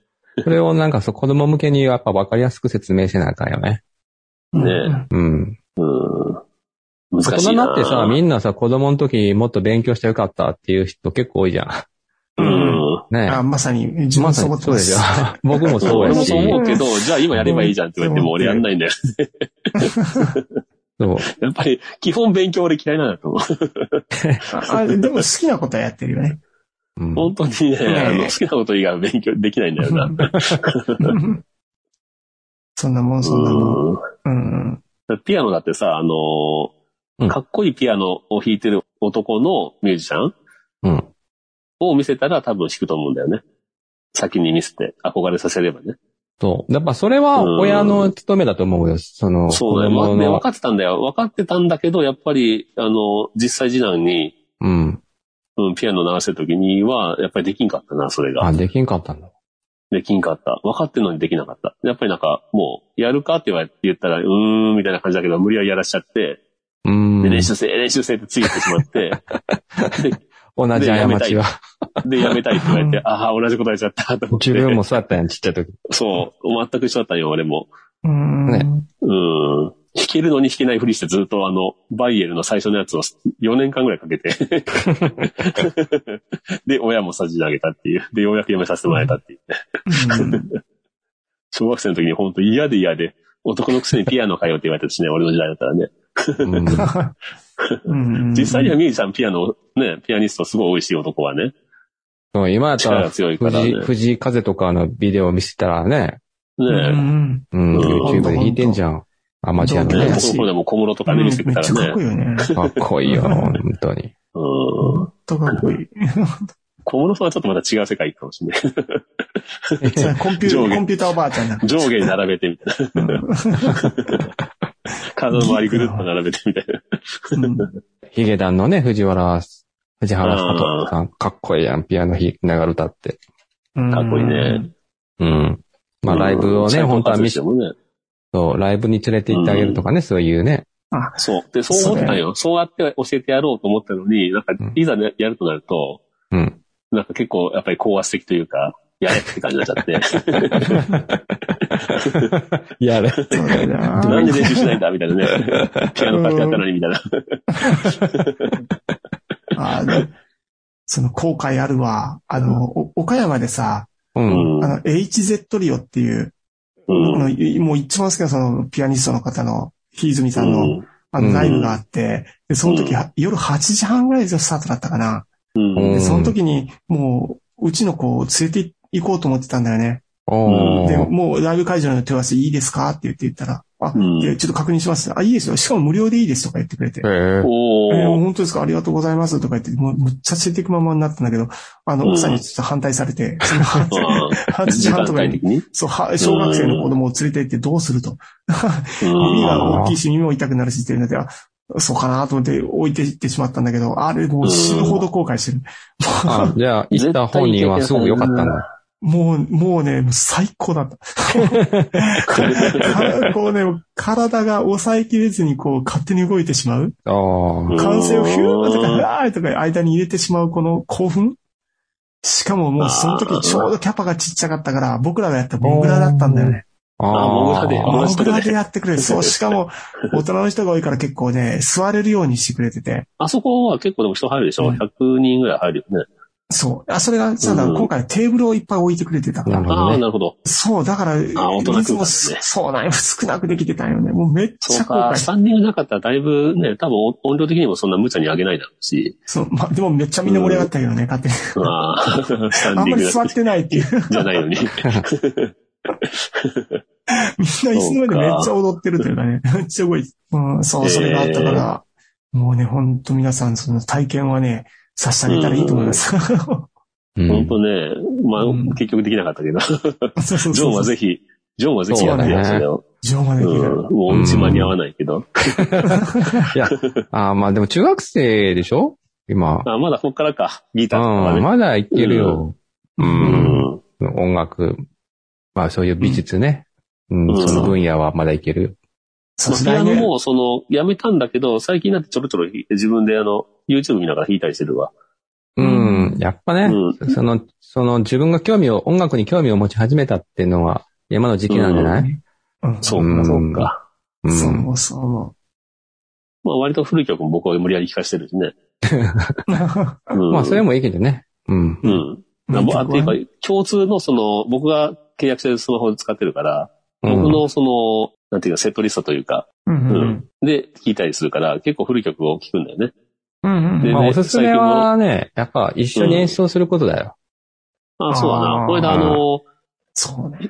[SPEAKER 4] それをなんかそう、子供向けにやっぱ分かりやすく説明せなあかんよね。
[SPEAKER 3] ね
[SPEAKER 4] うん。
[SPEAKER 3] うん。
[SPEAKER 4] 大
[SPEAKER 3] 難し
[SPEAKER 4] 人
[SPEAKER 3] い
[SPEAKER 4] に
[SPEAKER 3] な。
[SPEAKER 4] なってさ、みんなさ、子供の時もっと勉強してよかったっていう人結構多
[SPEAKER 3] [laughs]
[SPEAKER 4] いじゃん。
[SPEAKER 3] うん。
[SPEAKER 4] ね
[SPEAKER 2] あ、まさに、自
[SPEAKER 4] ま
[SPEAKER 2] 分
[SPEAKER 4] さ
[SPEAKER 2] そう思っ
[SPEAKER 4] に
[SPEAKER 2] て
[SPEAKER 4] そう
[SPEAKER 2] ま
[SPEAKER 4] でし
[SPEAKER 2] す
[SPEAKER 4] ょ。。僕もそう
[SPEAKER 3] 俺
[SPEAKER 4] や
[SPEAKER 3] も
[SPEAKER 4] し
[SPEAKER 3] そう。思うけど、じゃあ今やればいいじゃんって言われても俺やんないんだよ。 [laughs]
[SPEAKER 4] そう
[SPEAKER 3] やっぱり、基本勉強俺嫌いなんだと思う。
[SPEAKER 2] あでも好きなことはやってるよね。
[SPEAKER 4] うん
[SPEAKER 3] 本当にね、あの好きなこと以外は勉強できないんだよな。
[SPEAKER 2] そんなもん、そんなもん。
[SPEAKER 3] うん
[SPEAKER 2] うん。
[SPEAKER 3] ピアノだってさ、あのー
[SPEAKER 4] うん
[SPEAKER 3] かっこいいピアノを弾いてる男のミュージシャン
[SPEAKER 4] うん。
[SPEAKER 3] を見せたら多分弾くと思うんだよね。先に見せて、憧れさせればね。
[SPEAKER 4] そう。やっぱそれは親の務めだと思うよ。その、
[SPEAKER 3] そうだ
[SPEAKER 4] 子供
[SPEAKER 3] よ。ね、
[SPEAKER 4] の
[SPEAKER 3] 分かってたんだよ。分かってたんだけど、やっぱり、あの、実際次男に、
[SPEAKER 4] うん。
[SPEAKER 3] うん、ピアノ流してる時には、やっぱりできんかったな、それが。
[SPEAKER 4] あ、できんかったんだ。
[SPEAKER 3] できんかった。分かってるのにできなかった。やっぱりなんか、もう、やるかって言われ言ったら、うーん、みたいな感じだけど、無理はやらしちゃって、
[SPEAKER 4] うん。
[SPEAKER 3] で
[SPEAKER 4] 同
[SPEAKER 3] 練
[SPEAKER 4] じ
[SPEAKER 3] 習生、練習生ってついてしま
[SPEAKER 4] [laughs]
[SPEAKER 3] って、
[SPEAKER 4] 過ちは。
[SPEAKER 3] で、やめたいって言われて、ああ、同じことやっちゃった、と思って。
[SPEAKER 4] 自分もそうやったやん、ちっちゃい時。
[SPEAKER 3] そう、全く一緒だったよ、俺も。
[SPEAKER 2] うん。
[SPEAKER 4] ね
[SPEAKER 3] うん。弾けるのに弾けないふりしてずっとあの、バイエルの最初のやつを4年間ぐらいかけ
[SPEAKER 4] [laughs]
[SPEAKER 3] て。で、親もさじ上げたっていう。で、ようやくやめさせてもらえたっていう。
[SPEAKER 2] うん
[SPEAKER 3] 小学生の時に本当嫌で嫌で、男のくせにピアノ通うって言われたしね、俺の時代だったらね。
[SPEAKER 4] うん。
[SPEAKER 2] うん
[SPEAKER 3] 実際にはミュージシャン、ピアノ、ね、ピアニストすごい美味しい男はね、
[SPEAKER 4] そう今やっ
[SPEAKER 3] [laughs]
[SPEAKER 4] た
[SPEAKER 3] 力が
[SPEAKER 4] ら、
[SPEAKER 3] 強いから
[SPEAKER 4] 藤
[SPEAKER 3] ね
[SPEAKER 4] 井、。藤井風とかのビデオ見せたらね、
[SPEAKER 2] う
[SPEAKER 3] ね
[SPEAKER 2] ん
[SPEAKER 4] う
[SPEAKER 3] うん
[SPEAKER 4] ん、YouTube で弾いてんじゃん。アマチュアの
[SPEAKER 2] う
[SPEAKER 3] ね
[SPEAKER 2] ん
[SPEAKER 4] ね。
[SPEAKER 3] 高校でも小室とか
[SPEAKER 2] う
[SPEAKER 3] ね、
[SPEAKER 2] ん
[SPEAKER 3] 見せて
[SPEAKER 2] め
[SPEAKER 3] た
[SPEAKER 2] っちゃからっこい
[SPEAKER 3] ね。
[SPEAKER 2] いよね。
[SPEAKER 3] [laughs]
[SPEAKER 4] かっこいいよ、本当に。
[SPEAKER 3] うん。
[SPEAKER 2] とかっこいい。
[SPEAKER 3] 小室さんはちょっとまた違う世界行くかもしれない。 [laughs]
[SPEAKER 2] それコンピュ
[SPEAKER 3] 上下
[SPEAKER 2] コンピューターおばあちゃんだから。
[SPEAKER 3] 上下に並べてみたいな。体の周りぐるっと並べてみたい
[SPEAKER 2] う
[SPEAKER 3] な。
[SPEAKER 2] ん
[SPEAKER 4] ヒゲダンのね、藤原、藤原さとさん、かっこいいやん、ピアノ弾きながら歌って。
[SPEAKER 2] うん
[SPEAKER 3] かっこいいね。
[SPEAKER 4] うん。まあ、ライブをね、
[SPEAKER 3] うん
[SPEAKER 4] 本当は見
[SPEAKER 3] 最高発明者
[SPEAKER 4] せ
[SPEAKER 3] だもんね
[SPEAKER 4] そう、ライブに連れて行ってあげるとかね、そういうね。
[SPEAKER 2] あ、
[SPEAKER 3] そう。で、そう思ったんよ。そうやって教えてやろうと思ったのに、なんか
[SPEAKER 4] うん、
[SPEAKER 3] いざねやるとなると、
[SPEAKER 4] うん。
[SPEAKER 3] なんか結構、やっぱり高圧的というか、やれって感じになっちゃって。
[SPEAKER 4] [laughs] やれ。
[SPEAKER 2] そうだよ
[SPEAKER 3] な
[SPEAKER 2] なん
[SPEAKER 3] で練習しないんだみたいな
[SPEAKER 4] [laughs]
[SPEAKER 3] ね。ピアノパってやったのにみたいな。
[SPEAKER 2] あのその後悔あるわ。あの、お岡山でさ、
[SPEAKER 4] う。
[SPEAKER 3] うんん
[SPEAKER 2] あの、HZ リオっていう、
[SPEAKER 3] うん。
[SPEAKER 2] あのいもう一番好きなそのピアニストの方の、ひいずみさんの、
[SPEAKER 3] うん
[SPEAKER 2] あ
[SPEAKER 4] う
[SPEAKER 2] の、
[SPEAKER 4] ん
[SPEAKER 2] ライブがあって、で、その時、は夜8時半ぐらいでスタートだったかな。
[SPEAKER 3] うん
[SPEAKER 4] う
[SPEAKER 2] で、
[SPEAKER 4] ん
[SPEAKER 2] その時に、もう、うちの子を連れて行こうと思ってたんだよね。
[SPEAKER 4] お
[SPEAKER 2] で、
[SPEAKER 4] ー。
[SPEAKER 2] もうライブ会場の手合わせいいですかって言って言ったら、あ、
[SPEAKER 3] うん
[SPEAKER 2] いやちょっと確認します。あ、いいですよ。しかも無料でいいですとか言ってくれて。
[SPEAKER 4] へー
[SPEAKER 3] お
[SPEAKER 2] えー
[SPEAKER 3] ー。
[SPEAKER 2] 本当ですかありがとうございますとか言って、もうむっちゃ連れて行くままになったんだけど、あ
[SPEAKER 3] う
[SPEAKER 2] の、
[SPEAKER 3] ん
[SPEAKER 2] 奥さんにちょっと反対されて、その
[SPEAKER 3] [laughs]
[SPEAKER 2] 反対
[SPEAKER 3] あー
[SPEAKER 2] 8時
[SPEAKER 3] 時間
[SPEAKER 2] 半とか
[SPEAKER 3] 帯
[SPEAKER 2] に、
[SPEAKER 3] 的に。
[SPEAKER 2] そう、は小学生の子供を連れて行ってどうすると。耳
[SPEAKER 3] う [laughs]
[SPEAKER 2] が大きいし、耳も痛くなるしっていうので、あそうかなと思って置いていってしまったんだけど、あれもう死ぬほど後悔してる。
[SPEAKER 4] あ、じゃあ、行った本人はすごく良かったんだ。
[SPEAKER 2] もう、もうね、もう最高だった。かこうね、体が抑えきれずにこう勝手に動いてしまう。
[SPEAKER 4] あー
[SPEAKER 2] 感性をヒューとか、
[SPEAKER 3] うん
[SPEAKER 2] ふわーとか間に入れてしまうこの興奮しかももうその時ちょうどキャパがちっちゃかったから、僕らがやったモグラだったんだよね。
[SPEAKER 3] あモグラ
[SPEAKER 4] あ
[SPEAKER 3] で
[SPEAKER 4] ー。
[SPEAKER 2] モ
[SPEAKER 3] あ
[SPEAKER 2] グラでやってくれる。そう、しかも、大人の人が多いから結構ね、座れるようにしてくれてて。
[SPEAKER 3] あそこは結構でも人入るでしょ
[SPEAKER 2] うん
[SPEAKER 3] ?100 人ぐらい入るよね。
[SPEAKER 2] そう。あ、それが、さ、だから今回テーブルをいっぱい置いてくれてたから。
[SPEAKER 4] なるほ
[SPEAKER 3] あ
[SPEAKER 4] ど
[SPEAKER 3] あ、
[SPEAKER 4] ね。
[SPEAKER 3] なるほど。
[SPEAKER 2] そう、だから、いつ
[SPEAKER 3] 大人空間ですね
[SPEAKER 2] もそそうなんよ。少なくできてたんよね。もうめっ
[SPEAKER 3] そ
[SPEAKER 2] ちゃ
[SPEAKER 3] う
[SPEAKER 2] 後
[SPEAKER 3] か。
[SPEAKER 2] 悔
[SPEAKER 3] ス
[SPEAKER 2] した。
[SPEAKER 3] タンディングなかったらだいぶね、多分音量的にもそんな無茶に上げないだろう
[SPEAKER 2] [laughs]
[SPEAKER 3] し。
[SPEAKER 2] そう、まあ、でもめっちゃみんな盛り上がったけどね、勝手に。
[SPEAKER 3] ああ、スタ
[SPEAKER 2] あん
[SPEAKER 3] ンディ
[SPEAKER 2] ま
[SPEAKER 3] ング
[SPEAKER 2] り
[SPEAKER 3] だ
[SPEAKER 2] 座ってないっていう。
[SPEAKER 3] じゃないのに。
[SPEAKER 2] みんな椅子の上でめっちゃ踊ってるというかね、めっちゃ動いて、うん、そう、それがあったから、もうね、ほんと皆さん、その体験はね、差し上げたらいいと思います。
[SPEAKER 4] うん
[SPEAKER 3] [laughs] 本当ね、まあ、
[SPEAKER 2] うん
[SPEAKER 3] 結局できなかったけど。
[SPEAKER 2] [laughs] そうそうそう
[SPEAKER 3] ジョンはぜひ、ジョンはぜひやってやつだよ。
[SPEAKER 2] ひ。ジョンは
[SPEAKER 3] う
[SPEAKER 2] でき
[SPEAKER 3] ん
[SPEAKER 2] る。。
[SPEAKER 3] もううち間に合わないけど。
[SPEAKER 4] いや、あーまあでも中学生でしょ今。
[SPEAKER 3] あ、まだこっからか。ギターとか
[SPEAKER 4] う
[SPEAKER 3] ね。
[SPEAKER 4] ん、まだいけるよ。う。
[SPEAKER 3] うんん。
[SPEAKER 4] 音楽、まあそういう美術ね。うん、
[SPEAKER 3] うん
[SPEAKER 4] その分野はまだいけるよ。
[SPEAKER 2] そう
[SPEAKER 3] まあ
[SPEAKER 2] そう
[SPEAKER 3] ピア
[SPEAKER 2] 来
[SPEAKER 3] ノ
[SPEAKER 2] 年。
[SPEAKER 3] も、その、やめたんだけど、最近になってちょろちょろ自分であの、YouTube 見ながら弾いたりしてるわ。
[SPEAKER 4] うん、やっぱね、
[SPEAKER 3] う
[SPEAKER 4] その、その自分が興味を、音楽に興味を持ち始めたっていうのは、今の時期なんじゃない、
[SPEAKER 2] うん
[SPEAKER 3] そう
[SPEAKER 4] う
[SPEAKER 3] か、
[SPEAKER 4] ん
[SPEAKER 3] そうか。
[SPEAKER 4] うん、
[SPEAKER 2] そうそ
[SPEAKER 3] まあ割と古い曲も僕は無理やり聴かしてるしね。
[SPEAKER 2] う。 [laughs] ま
[SPEAKER 3] うん
[SPEAKER 4] まあそれもいいけどね。うん。
[SPEAKER 3] うん。まあ、っていうか、共通のその、僕が契約してるスマホで使ってるから、
[SPEAKER 4] うん
[SPEAKER 3] 僕のその、なんていうか、セットリストというか、
[SPEAKER 2] うん
[SPEAKER 3] う
[SPEAKER 2] うん
[SPEAKER 3] ん。で、聴いたりするから、結構古い曲を聴くんだよね。
[SPEAKER 2] うんう
[SPEAKER 3] で
[SPEAKER 2] ん。
[SPEAKER 4] まあ
[SPEAKER 3] ね
[SPEAKER 4] おすすめはね、やっぱ一緒に演奏することだよ。
[SPEAKER 3] ああ、そうだ
[SPEAKER 2] あ
[SPEAKER 3] な。
[SPEAKER 2] ー
[SPEAKER 3] これであの、
[SPEAKER 2] そうね。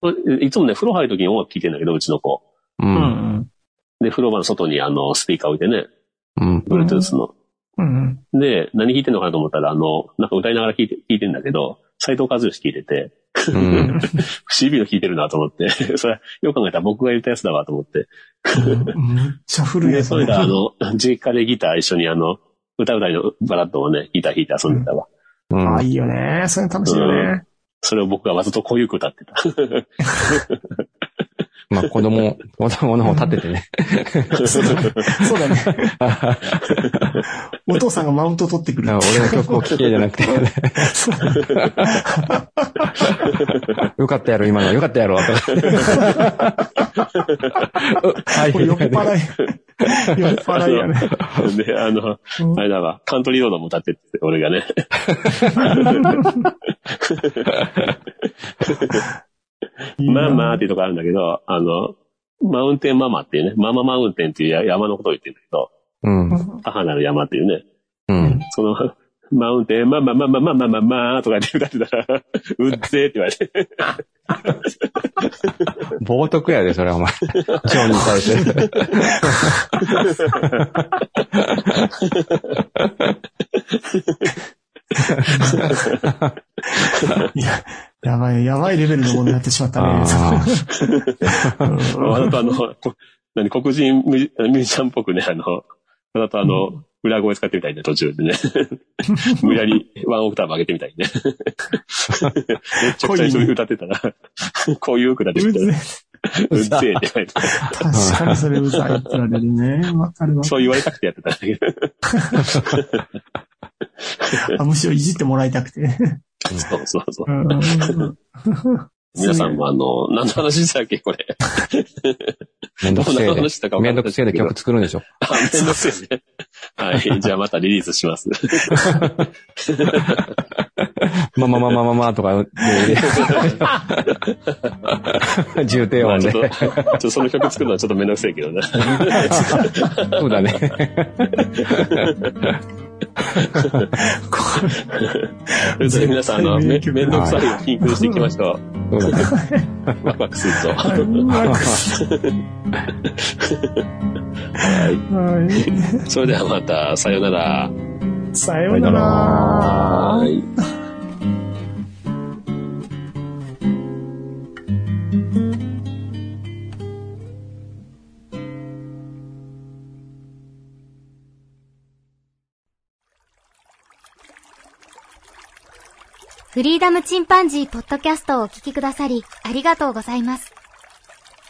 [SPEAKER 3] これいつもね、風呂入るときに音楽聴いてんだけど、うちの子。
[SPEAKER 4] う。
[SPEAKER 2] うんん
[SPEAKER 3] で、風呂場の外にあの、スピーカー置いてね、
[SPEAKER 4] うん。
[SPEAKER 3] Bluetooth の。
[SPEAKER 2] うん。うん
[SPEAKER 3] で、何聴いてんのかなと思ったら、あの、なんか歌いながら聴いて、聴いてんだけど、斎藤和義聴いてて、
[SPEAKER 4] う。
[SPEAKER 2] うんん。
[SPEAKER 3] CB の聴いてるなと思って、 [laughs] それ、よく考えたら僕が言ったやつだわと思って。
[SPEAKER 2] めっちゃ古い
[SPEAKER 3] で、
[SPEAKER 2] やつ
[SPEAKER 3] それで
[SPEAKER 2] [laughs]
[SPEAKER 3] あの、実家でギター一緒にあの、歌うたりのバラッドをね、ギター弾いて遊んでたわ。
[SPEAKER 2] [laughs]
[SPEAKER 4] うん
[SPEAKER 2] あ、いいよね。それ楽しいよね。
[SPEAKER 3] それを僕がわざとこういう
[SPEAKER 2] [laughs]
[SPEAKER 3] 歌ってた。
[SPEAKER 4] まあ子供、子供の方立ててね。
[SPEAKER 2] そうだねそうだね。お父さんがマウント取ってくる
[SPEAKER 4] 俺。の曲を聴けじ
[SPEAKER 3] [laughs]
[SPEAKER 4] ゃなくて、ね、よかったやろ、今の。よかったやろ、とか。うはい
[SPEAKER 2] [laughs] これ酔っ払い。酔っ払いやね。
[SPEAKER 3] [laughs] で、あの、あれだわ、カントリーロードも歌ってて、俺がね。ママーっていうとこあるんだけど、あの、マウンテンママっていうね、マママウンテンっていうや山のことを言ってるんだけど、
[SPEAKER 4] うん。
[SPEAKER 3] 母なる山っていうね、
[SPEAKER 4] うん。
[SPEAKER 3] その、マウンテン、ママママママママーとかって歌ってたら、 [laughs] うっぜーって言われて。
[SPEAKER 4] 冒涜やで、それはお前。蝶に
[SPEAKER 3] [laughs]
[SPEAKER 4] 対して。
[SPEAKER 2] いや、やばい、やばいレベルのものになってしまったね。
[SPEAKER 4] あ
[SPEAKER 2] うん
[SPEAKER 3] わざとあの、こ何、黒人ミュミュージシャンっぽくね、あの、わざとあの、裏声使ってみたいね、途中でね。 [laughs] 無理やりワンオクターブ上げてみたい [laughs] ね。めっちゃくちゃ一緒に歌ってたら、 [laughs] こういう歌で
[SPEAKER 2] う
[SPEAKER 3] みたい
[SPEAKER 2] ぜ
[SPEAKER 3] な。うっぜえって書いてある
[SPEAKER 2] 確かにそれうざいって言われるね。わかるわ。
[SPEAKER 3] そう言われたくてやってたんだけど。
[SPEAKER 2] あむしろいじってもらいたくて。
[SPEAKER 3] そうそうそう
[SPEAKER 2] う。ん
[SPEAKER 3] 皆さんもあの、何の話でしたっけこれ。
[SPEAKER 4] めんどくせ
[SPEAKER 3] ど
[SPEAKER 4] え
[SPEAKER 3] んな話したか
[SPEAKER 4] で。
[SPEAKER 3] 分か
[SPEAKER 4] め
[SPEAKER 3] ん
[SPEAKER 4] ん
[SPEAKER 3] なか
[SPEAKER 4] ど
[SPEAKER 3] った
[SPEAKER 4] く
[SPEAKER 3] ですけど
[SPEAKER 4] せえで曲作るんでしょ。
[SPEAKER 3] あ、めんどくせえね。はい。じゃあまたリリースします。
[SPEAKER 4] まあまあまあまあまあまあ
[SPEAKER 3] [laughs]
[SPEAKER 4] とかで、重低
[SPEAKER 3] まあ
[SPEAKER 4] 音
[SPEAKER 3] ちょ
[SPEAKER 4] で
[SPEAKER 3] っ。と、ちょっとその曲作るのはちょっとめんどくせえけどね。
[SPEAKER 4] そうだね。
[SPEAKER 2] こ
[SPEAKER 3] ということで皆さん、あの、めめんどくさいをキンクしていきましょ
[SPEAKER 4] そうだね。
[SPEAKER 3] う。ワクワクすると。
[SPEAKER 2] れ
[SPEAKER 3] は
[SPEAKER 2] うまく
[SPEAKER 3] い。
[SPEAKER 2] は
[SPEAKER 3] それではまた、さようなら。
[SPEAKER 2] いさようなら。
[SPEAKER 3] はい。
[SPEAKER 1] フリーダムチンパンジーポッドキャストをお聞きくださり、ありがとうございます。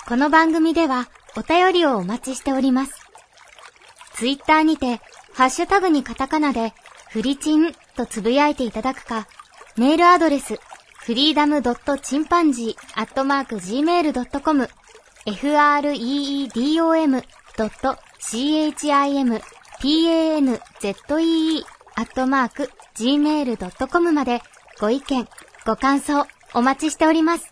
[SPEAKER 1] この番組では、お便りをお待ちしております。ツイッターにて、ハッシュタグにカタカナで、フリチンとつぶやいていただくか、メールアドレス、フリーダムドットチンパンジーアットマーク Gmail.com、freedom ドット chimpanzee アットマーク Gmail.com まで、ご意見、ご感想、お待ちしております。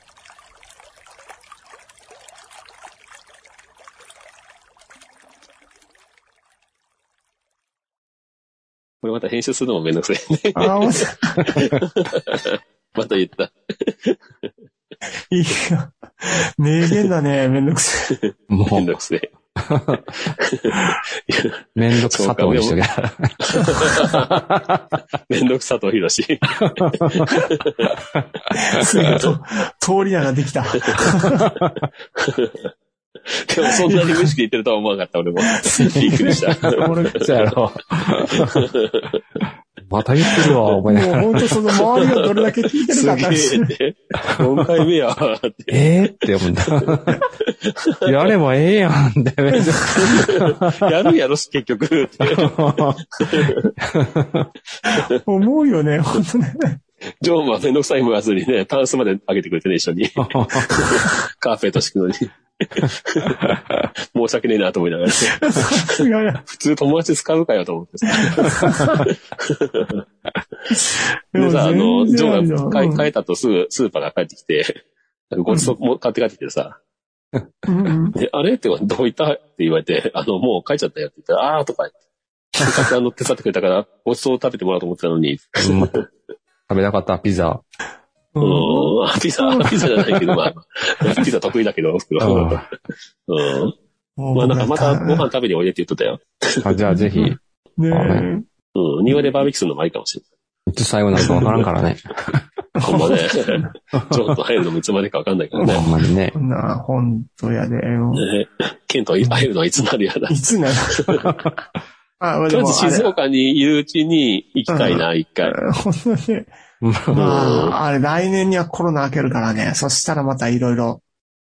[SPEAKER 3] これまた編集するのもめんどくさいね。
[SPEAKER 2] あ、面白
[SPEAKER 3] [laughs] また言った。
[SPEAKER 2] い。いいよ名言だね。めんどくせえ。
[SPEAKER 4] も
[SPEAKER 3] めんど
[SPEAKER 4] う、
[SPEAKER 3] くせえ。
[SPEAKER 4] めんどくさとにしとけ。
[SPEAKER 3] めんどくさとひろし。 [laughs]
[SPEAKER 2] すぐと、通り名ができた。
[SPEAKER 3] でもそんなに無意識で言ってるとは思わなかった、
[SPEAKER 2] [laughs]
[SPEAKER 3] 俺も。びっくりした。
[SPEAKER 2] 俺
[SPEAKER 3] [laughs]
[SPEAKER 4] そうやろ。 [laughs] また言ってるわ、思いながら。 [laughs]
[SPEAKER 2] もう本当その周りがどれだけ聞いてる
[SPEAKER 3] す
[SPEAKER 2] か
[SPEAKER 3] げ
[SPEAKER 2] って
[SPEAKER 3] え
[SPEAKER 2] 話
[SPEAKER 3] って。4回目やわ [laughs] って。
[SPEAKER 4] ええって
[SPEAKER 3] [laughs]
[SPEAKER 4] 思った。やればええやんって。めんどくさ
[SPEAKER 3] やるやろし、
[SPEAKER 2] [laughs]
[SPEAKER 3] 結局。
[SPEAKER 2] 思うよね、本当ね。
[SPEAKER 3] ジョンはめんどくさいもやずにね、タンスまで上げてくれてね、一緒に。カーペット敷
[SPEAKER 2] [laughs]
[SPEAKER 3] くのに。申し訳ねえなと思いながら。
[SPEAKER 2] いやいや
[SPEAKER 3] 普通友達使うかよと思ってさ。でさ、あの、ジョンが帰帰ったとすぐスーパーが帰ってきて、 [laughs] なんかごちそうも買って帰ってきてさ、
[SPEAKER 2] うんうん
[SPEAKER 3] で、あれってどういったって言われて、あの、もう帰っちゃったよって言ったら、あーとか言って。あの、手伝ってくれたから、ごちそう食べてもらおうと思ってたのに、
[SPEAKER 4] うん食べたかった、ピザ。
[SPEAKER 3] う
[SPEAKER 2] うん
[SPEAKER 3] ん、ピザ、ピザじゃないけど、まあ、ピザ得意だけど、袋
[SPEAKER 4] あ
[SPEAKER 3] うん。
[SPEAKER 2] もう
[SPEAKER 3] まあなんかま
[SPEAKER 2] 僕
[SPEAKER 3] た
[SPEAKER 2] ら
[SPEAKER 3] ご飯食べにおいでって言ってたよ。
[SPEAKER 4] あじゃあぜひ、い
[SPEAKER 2] ね
[SPEAKER 3] うん。庭でバーベキューするのもありかもしれ
[SPEAKER 4] つ最後なんかわからんからね。
[SPEAKER 3] ない。ほんまね。ちょっと入るのもいつまでかわかんないから
[SPEAKER 4] ほ
[SPEAKER 3] ね。
[SPEAKER 4] んまにね
[SPEAKER 2] え。。なあ、本当やで。もう
[SPEAKER 3] ねケント会えるのはいつまでやだ。
[SPEAKER 2] いつなのあ、 [laughs] まあ
[SPEAKER 3] とり
[SPEAKER 2] で
[SPEAKER 3] あえ
[SPEAKER 2] も
[SPEAKER 3] ず
[SPEAKER 2] あれ、
[SPEAKER 3] 静岡にいるうちに行きたいな、一回。
[SPEAKER 2] ほんとに。まあ、あれ、来年にはコロナ明けるからね。そしたらまたいろいろ。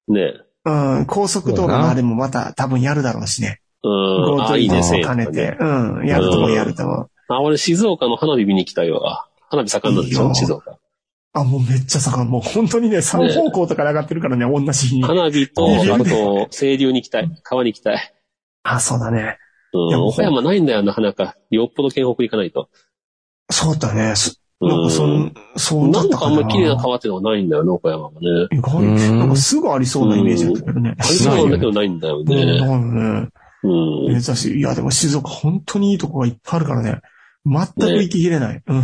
[SPEAKER 3] ね
[SPEAKER 2] うん、高速道路
[SPEAKER 4] そうだ
[SPEAKER 2] の
[SPEAKER 4] な
[SPEAKER 2] あれもまた多分やるだろうしね。
[SPEAKER 3] うん。あ、いい
[SPEAKER 2] イ
[SPEAKER 3] ね、
[SPEAKER 2] ベ
[SPEAKER 3] せ
[SPEAKER 2] ントを兼ね
[SPEAKER 3] や
[SPEAKER 2] て。うん、やるともやるとも。
[SPEAKER 3] あ、俺静岡の花火見に行きたいわ。花火盛んなんでし
[SPEAKER 2] いい
[SPEAKER 3] ょ
[SPEAKER 2] よ
[SPEAKER 3] 静岡。
[SPEAKER 2] あ、もうめっちゃ盛ん。もう本当にね、3方向とかで上がってるからね、同じ日に。
[SPEAKER 3] 花火と、
[SPEAKER 2] いいよ
[SPEAKER 3] あと、清流に行きたい。川に行きたい。
[SPEAKER 2] あ、そうだね。
[SPEAKER 3] う
[SPEAKER 2] いや
[SPEAKER 3] ん。
[SPEAKER 2] もう
[SPEAKER 3] 岡山ないんだよ、なかなか。よっぽど県北行かないと。
[SPEAKER 2] そうだね。すなんかそ
[SPEAKER 3] うん
[SPEAKER 2] ん、そうだ
[SPEAKER 3] な
[SPEAKER 2] っ
[SPEAKER 3] ん
[SPEAKER 2] た
[SPEAKER 3] かあ
[SPEAKER 2] か
[SPEAKER 3] ん
[SPEAKER 2] な。
[SPEAKER 3] まり綺麗な川っていうのがないんだよね、岡山はね。
[SPEAKER 2] 意外
[SPEAKER 4] うん
[SPEAKER 2] なんかすぐありそうなイメージだったけどね
[SPEAKER 3] あ。りそうなんだけどないんだよ
[SPEAKER 2] うん、
[SPEAKER 3] ね。
[SPEAKER 2] なんか
[SPEAKER 3] うん
[SPEAKER 2] ね。。珍しい。いや、でも静岡本当にいいとこがいっぱいあるからね。全く行ききれない。うん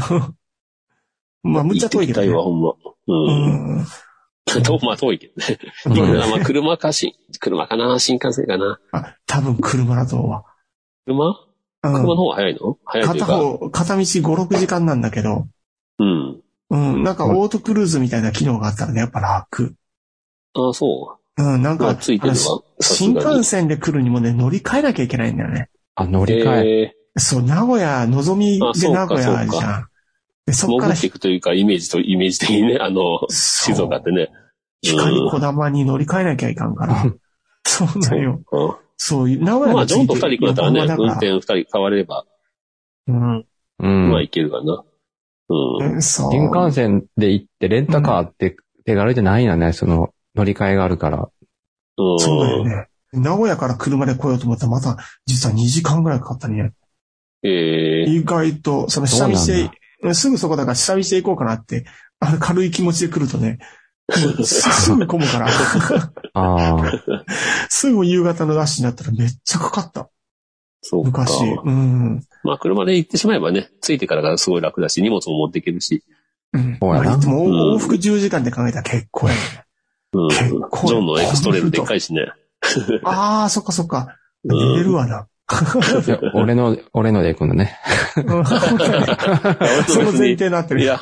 [SPEAKER 2] まあ、むっちゃ遠いけど、
[SPEAKER 3] 行ってきたいわ、
[SPEAKER 2] ね。
[SPEAKER 3] ほんま。
[SPEAKER 2] う
[SPEAKER 3] うん。
[SPEAKER 2] ん。
[SPEAKER 3] [laughs] と、まあ遠いけどね。
[SPEAKER 4] うん
[SPEAKER 3] いく [laughs] らまあ車かし、車かな新幹線かな
[SPEAKER 2] あ、多分車だと思うわ。
[SPEAKER 3] 車
[SPEAKER 2] う
[SPEAKER 3] 車の
[SPEAKER 2] ん。
[SPEAKER 3] 方が早いの早いという
[SPEAKER 2] 片
[SPEAKER 3] か。
[SPEAKER 2] 方、片道5、6時間なんだけど、
[SPEAKER 3] うん。
[SPEAKER 2] うん、なんかオートクルーズみたいな機能があったらね、やっぱ楽。
[SPEAKER 3] ああ、そ
[SPEAKER 2] うん、なん
[SPEAKER 3] う。ま
[SPEAKER 2] か、
[SPEAKER 3] あ、ついてるわ。さす
[SPEAKER 2] 新
[SPEAKER 3] がに
[SPEAKER 2] 幹線で来るにもね、乗り換えなきゃいけないんだよね。
[SPEAKER 4] あ、乗り換え。
[SPEAKER 3] え
[SPEAKER 2] そう、名古屋、のぞみ
[SPEAKER 3] あ
[SPEAKER 2] で
[SPEAKER 3] そう
[SPEAKER 2] 名
[SPEAKER 3] か
[SPEAKER 2] 古屋じ
[SPEAKER 3] そう
[SPEAKER 2] ゃん。で、
[SPEAKER 3] ー、
[SPEAKER 2] そっか
[SPEAKER 3] 潜
[SPEAKER 2] ら
[SPEAKER 3] っていくというか、イメージと、イメージ的にね、あの、
[SPEAKER 2] そう
[SPEAKER 3] 静岡ってね。
[SPEAKER 2] 光小玉に乗り換えなきゃいかん
[SPEAKER 3] [laughs]
[SPEAKER 2] から。そうなんよ。
[SPEAKER 3] うん。
[SPEAKER 2] そう、名古屋
[SPEAKER 3] ま
[SPEAKER 2] の
[SPEAKER 3] あ、ジョンと二人行くんだったらね、運転二人変われれば、
[SPEAKER 2] うん。
[SPEAKER 4] うん。
[SPEAKER 3] まあ、いけるかな。うん。
[SPEAKER 2] えそう。
[SPEAKER 4] 新幹線で行って、レンタカーって手軽じゃないんだね、その、乗り換えがあるから。
[SPEAKER 3] うん。
[SPEAKER 2] そうだよね。名古屋から車で来ようと思ったらまた、実は2時間ぐらいかかったね。
[SPEAKER 3] ええ
[SPEAKER 2] 意外と、その下道
[SPEAKER 4] そうなん
[SPEAKER 2] で、すぐそこだから下道で行こうかなって、あの軽い気持ちで来るとね、すぐ混む
[SPEAKER 3] [laughs]
[SPEAKER 2] から、
[SPEAKER 4] ああ、
[SPEAKER 2] すぐ夕方のラッシュになったらめっちゃかかった。
[SPEAKER 3] そうか。
[SPEAKER 2] 昔。うん。
[SPEAKER 3] まあ、車で行ってしまえばね、着いてからがすごい楽だし、荷物も持っていけるし。
[SPEAKER 2] うん。
[SPEAKER 4] そうやな
[SPEAKER 2] まあいつも
[SPEAKER 3] うん
[SPEAKER 2] 往復10時間で考えたら結構やね。
[SPEAKER 3] うん。ジ
[SPEAKER 2] 結構
[SPEAKER 3] ョンのエクストレールでっかいしね。
[SPEAKER 2] ああ、そっかそっか。
[SPEAKER 3] うん
[SPEAKER 2] 寝
[SPEAKER 3] [laughs]
[SPEAKER 2] れるわな。
[SPEAKER 4] いや俺の、俺ので行くんだね。
[SPEAKER 3] [laughs]
[SPEAKER 2] うんその前提になってる。
[SPEAKER 3] いや、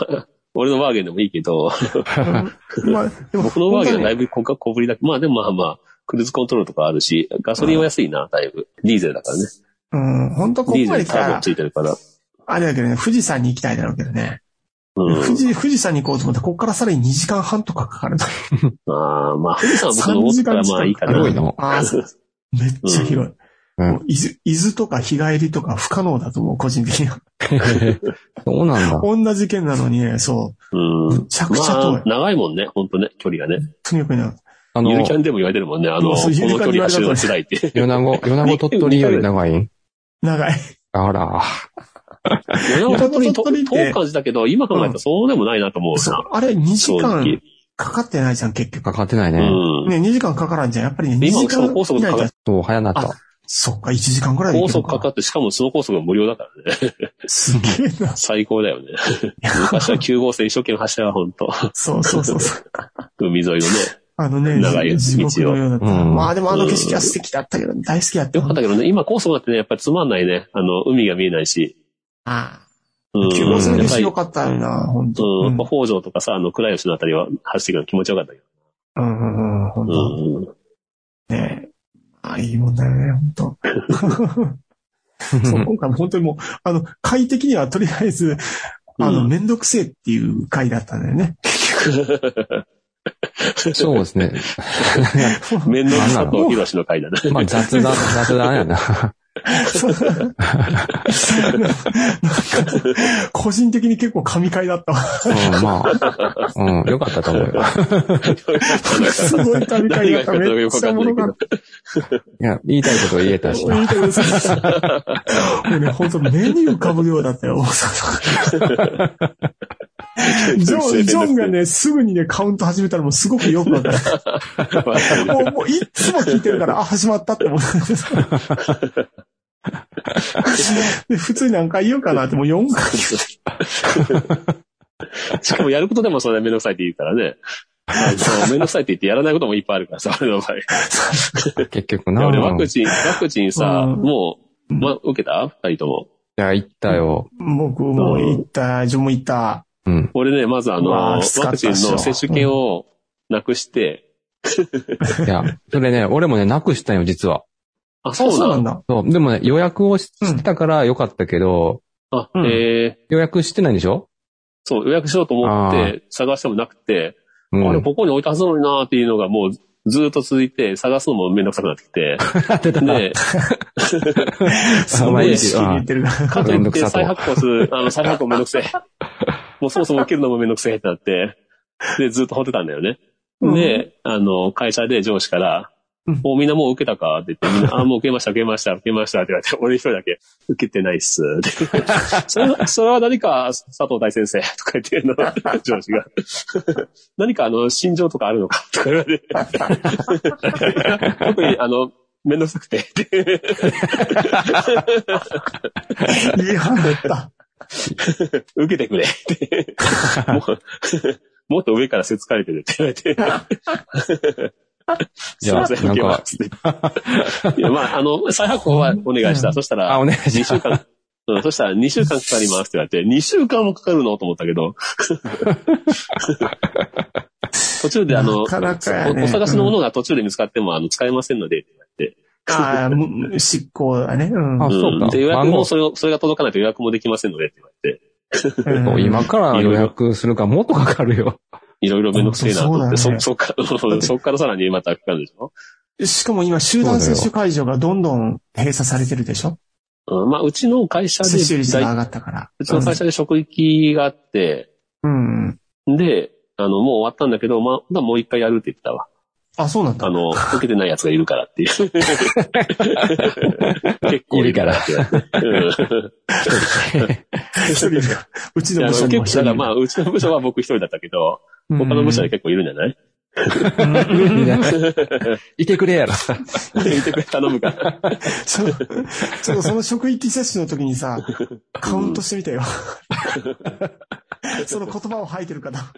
[SPEAKER 3] 俺のワーゲンでもいいけ
[SPEAKER 2] う
[SPEAKER 3] ど、
[SPEAKER 2] んまあ、でも、
[SPEAKER 3] 僕のワーゲンはだい
[SPEAKER 2] 本
[SPEAKER 3] ぶ小小ぶりだけど、まあでもまあまあ、クルーズコントロールとかあるし、ガソリンは安いな、だいぶ。ディーゼルだからね。
[SPEAKER 2] 当にうん、本当こ
[SPEAKER 3] ディ
[SPEAKER 2] こま
[SPEAKER 3] ーゼ
[SPEAKER 2] で
[SPEAKER 3] ルに
[SPEAKER 2] 来
[SPEAKER 3] タ
[SPEAKER 2] た
[SPEAKER 3] ーボ
[SPEAKER 2] ら
[SPEAKER 3] つ、いてるから。
[SPEAKER 2] あれだけどね、富士山に行きたいだろうけどね。
[SPEAKER 3] うん。
[SPEAKER 2] 富士、富士山に行こうと思って、ここからさらに2時間半とかかかる。
[SPEAKER 3] まあ、まあ、富士山は僕登ったらまあいいかな。
[SPEAKER 4] 広いの。
[SPEAKER 2] ああ、そうめっちゃ広い。
[SPEAKER 4] うん
[SPEAKER 2] もう伊豆、伊豆とか日帰りとか不可能だと思う、個人的には。
[SPEAKER 4] そうなんだ。
[SPEAKER 2] 同じ県なのにね、そうう。む
[SPEAKER 3] ん。
[SPEAKER 2] ちゃくちゃ遠い。
[SPEAKER 3] まあ、長いもんね、ほんとね、距離がね。
[SPEAKER 2] とにかくね、
[SPEAKER 4] あ
[SPEAKER 3] ゆる
[SPEAKER 4] の
[SPEAKER 3] キ、ャンでも言われてるもんね、あの、こ
[SPEAKER 2] そう
[SPEAKER 3] の
[SPEAKER 2] ゆるキャン
[SPEAKER 3] 距
[SPEAKER 2] で言
[SPEAKER 3] 離
[SPEAKER 2] われた
[SPEAKER 3] 走るの辛
[SPEAKER 2] [laughs]
[SPEAKER 3] いって。[laughs]
[SPEAKER 4] 米子、米子鳥取より長いん
[SPEAKER 2] 長い。
[SPEAKER 4] あら、
[SPEAKER 3] 山本鳥
[SPEAKER 2] 鳥取
[SPEAKER 3] 取
[SPEAKER 2] って
[SPEAKER 3] 遠い感じだけど、今考えたらそうでもないなと思う
[SPEAKER 2] そう
[SPEAKER 3] な。
[SPEAKER 2] あれ、2時
[SPEAKER 3] 正直
[SPEAKER 2] 間。かかってないじゃん、結局。
[SPEAKER 4] かかってないうね。
[SPEAKER 3] ん。
[SPEAKER 2] ね、2時間かからんじゃん。やっぱりね、2
[SPEAKER 3] 今
[SPEAKER 2] 時間
[SPEAKER 3] 首都高速
[SPEAKER 2] 以内
[SPEAKER 3] かか
[SPEAKER 2] だ
[SPEAKER 3] っ
[SPEAKER 4] そう、早なった。
[SPEAKER 2] そっか、1時間ぐらいで行
[SPEAKER 3] 高
[SPEAKER 2] けるの
[SPEAKER 3] 速かかって、しかもその高速が無料だからね。
[SPEAKER 2] すげえな。
[SPEAKER 3] 最
[SPEAKER 2] [laughs]
[SPEAKER 3] 高だよね。昔は9号線一生懸命走ったら、本当
[SPEAKER 2] そうそうそうそう。
[SPEAKER 3] 海沿いのね。
[SPEAKER 2] [laughs] あのね、
[SPEAKER 3] 長い
[SPEAKER 2] 地獄のようだった。
[SPEAKER 4] うん
[SPEAKER 2] まあでもあの景色は素敵だったけど、大好きだった
[SPEAKER 3] よ。かったけどね、今高速だってね、やっぱりつまんないね。あの、海が見えないし。
[SPEAKER 2] あ
[SPEAKER 3] う
[SPEAKER 2] あ。
[SPEAKER 3] ん。
[SPEAKER 2] 急行する
[SPEAKER 3] や
[SPEAKER 2] 景
[SPEAKER 3] っぱ
[SPEAKER 2] 色
[SPEAKER 3] り
[SPEAKER 2] よかったよな、本当
[SPEAKER 3] う、
[SPEAKER 2] うんん
[SPEAKER 3] やっぱ北条とかさ、あの、倉吉のあたりは走ってくるの気持ちよかったけ
[SPEAKER 2] うんうんうん、本
[SPEAKER 3] ど。
[SPEAKER 2] 当
[SPEAKER 3] うん。
[SPEAKER 2] ねああ、いいもんだよね、本当
[SPEAKER 3] [laughs]
[SPEAKER 2] そう、今回も本当にもう、あの、回的にはとりあえず、あ
[SPEAKER 3] う
[SPEAKER 2] の、
[SPEAKER 3] ん
[SPEAKER 2] めんどくせえっていう回だったんだよね。
[SPEAKER 4] そうですね。
[SPEAKER 3] 面倒くさと広しの回だね。
[SPEAKER 4] まあ
[SPEAKER 3] [laughs]
[SPEAKER 4] 雑談、雑談やな。
[SPEAKER 2] 個人的に結構神回だったわ。
[SPEAKER 4] うん、まあ、うん、よかったと思うよ。
[SPEAKER 2] すごい神回だった。
[SPEAKER 3] 何が
[SPEAKER 2] め
[SPEAKER 3] よ
[SPEAKER 2] っ
[SPEAKER 3] かった
[SPEAKER 2] ちゃおもろかった。
[SPEAKER 4] いや、言いたいこと言えたしな。
[SPEAKER 2] いいとこですもうね、本当目に浮かぶようだったよ、大阪
[SPEAKER 3] [laughs]
[SPEAKER 2] ジョン、ジョンがね、すぐにね、カウント始めたらもうすごくよくわかる。もう、もういっつも聞いてる [laughs] から、あ、始まったって思って。で、普通に何回言うかなって、もう4回言う。
[SPEAKER 3] しかもやることでもそれめんどくさいって言うか
[SPEAKER 2] [laughs]
[SPEAKER 3] らね。そう、めんどくさいって言ってやらないこともいっぱいあるからさ、
[SPEAKER 2] [laughs]
[SPEAKER 3] 俺の場合。い
[SPEAKER 4] 結局な。
[SPEAKER 3] や、俺ワク
[SPEAKER 4] い
[SPEAKER 3] チン、ワクチンさ、
[SPEAKER 2] うん
[SPEAKER 3] もう、ま、受けた二人とも。
[SPEAKER 4] や、行ったよ。
[SPEAKER 2] 僕も行った、ジョンも行った。
[SPEAKER 4] うん。
[SPEAKER 3] 俺ね、まずあの、
[SPEAKER 2] まあ
[SPEAKER 3] ワ
[SPEAKER 2] きつかっ
[SPEAKER 3] ク
[SPEAKER 2] た
[SPEAKER 3] チン
[SPEAKER 2] っしょ
[SPEAKER 3] の接種券をなくして、
[SPEAKER 4] いや、それね、俺もね、なくしたんよ、実は。
[SPEAKER 3] あ、そう
[SPEAKER 2] そう
[SPEAKER 3] な
[SPEAKER 2] なん
[SPEAKER 3] ん
[SPEAKER 2] だ。
[SPEAKER 4] そう。でもね、予約をししてたからよかったけど、
[SPEAKER 3] あ、
[SPEAKER 2] うん
[SPEAKER 3] えー、
[SPEAKER 4] 予約してないんでしょ
[SPEAKER 3] そう、予約しようと思って、探してもなくて、
[SPEAKER 4] う
[SPEAKER 3] あれ、
[SPEAKER 4] ん。
[SPEAKER 3] ここに置いたはずなのになーっていうのがもう、ずーっと続いて、探すのもめんどくさくなってき
[SPEAKER 4] [laughs]
[SPEAKER 3] て。で、
[SPEAKER 2] す
[SPEAKER 4] まあ
[SPEAKER 2] ご
[SPEAKER 4] い
[SPEAKER 2] い
[SPEAKER 4] い
[SPEAKER 2] 意識に言ってるな。
[SPEAKER 3] [laughs] かと
[SPEAKER 4] めん
[SPEAKER 3] い
[SPEAKER 4] ど
[SPEAKER 3] っ
[SPEAKER 4] く
[SPEAKER 3] て
[SPEAKER 4] さと
[SPEAKER 3] 再発行する、あの、再発行めんどく
[SPEAKER 4] [laughs]
[SPEAKER 3] せえ。もうそもそも受けるのもめんどくせえってなって、で、ずっと放ってたんだよね。で、あの、会社で上司から、
[SPEAKER 2] うん
[SPEAKER 3] もうみんなもう受けたかって言って、みん
[SPEAKER 4] [laughs]
[SPEAKER 3] な、あ、もう受けました、受けました、受けましたって言われて、俺一人だけ受けてないっ
[SPEAKER 4] [laughs]
[SPEAKER 3] す。ってそれは、それは何か、佐藤大先生とか言って
[SPEAKER 4] [laughs]
[SPEAKER 3] るの、上司が。 [laughs] 何か、あの、心情とかあるのかとか言われ
[SPEAKER 4] [laughs]
[SPEAKER 3] て。 [laughs] 特に、あの、めんどくさくて。
[SPEAKER 2] 言い放った。
[SPEAKER 3] 受けてくれって。もう [laughs] もっと上からせつかれてるって言われて。すいません、
[SPEAKER 4] じゃあ
[SPEAKER 3] 受けますって。いや、まあ、あの、再発行はお願いした。そした
[SPEAKER 4] あ、
[SPEAKER 3] ら
[SPEAKER 4] お、願いし
[SPEAKER 3] 2
[SPEAKER 4] ます
[SPEAKER 3] 週。間、うん、そしたら2週間かかりますって言われて、2週間もかかるのと思ったけど。 [laughs] 途中であの、
[SPEAKER 2] なかなかやね
[SPEAKER 3] おお探しのものが途中で見つかっても、あの、使えませんので、って言われて。
[SPEAKER 2] ああ、む執行だね。うん。
[SPEAKER 4] あそうか
[SPEAKER 3] ん。で、予約
[SPEAKER 4] 番号
[SPEAKER 3] も、それを、それが届かないと予約もできませんので、って言われて。
[SPEAKER 2] うん
[SPEAKER 4] 今から予約するからもっとかかる
[SPEAKER 3] [laughs]
[SPEAKER 4] よ。
[SPEAKER 3] いろいろめんどくせえなと思って、
[SPEAKER 2] そうだ
[SPEAKER 3] そ、
[SPEAKER 2] よね
[SPEAKER 3] そっ [laughs] から、そっからさらにまたかかるでしょ
[SPEAKER 2] しかも今、集団接種会場がどんどん閉鎖されてるでしょ
[SPEAKER 3] うん、まあ、うちの会社で、
[SPEAKER 2] 接種率が
[SPEAKER 3] 大
[SPEAKER 2] 上がったから。
[SPEAKER 3] うちの会社で職域があって、
[SPEAKER 2] うん。うん
[SPEAKER 3] で、あの、もう終わったんだけど、まあまだもう一回やるって言ってたわ。
[SPEAKER 2] あ、そうなんだ [laughs]
[SPEAKER 3] あ。の、受けてない奴がいるからっていう。結構いるからって言われて。うん
[SPEAKER 2] 一人いるからうち
[SPEAKER 3] い
[SPEAKER 2] の
[SPEAKER 3] や
[SPEAKER 2] 部
[SPEAKER 3] あ
[SPEAKER 2] 署
[SPEAKER 3] の
[SPEAKER 2] にも一
[SPEAKER 3] 結
[SPEAKER 2] 人い
[SPEAKER 3] 構、だから
[SPEAKER 2] る
[SPEAKER 3] まあ、うちの部署は僕一人だったけど、
[SPEAKER 2] うん
[SPEAKER 3] 他の部署で結構いるんじ
[SPEAKER 2] [laughs]
[SPEAKER 3] ゃない
[SPEAKER 2] うん
[SPEAKER 4] みんないてくれやろ。
[SPEAKER 3] 見てくれ頼むから。
[SPEAKER 2] ちょちょっとその職域接種の時に [laughs] さ、カウントしてみた [laughs] よ。その言葉を吐いてるかな。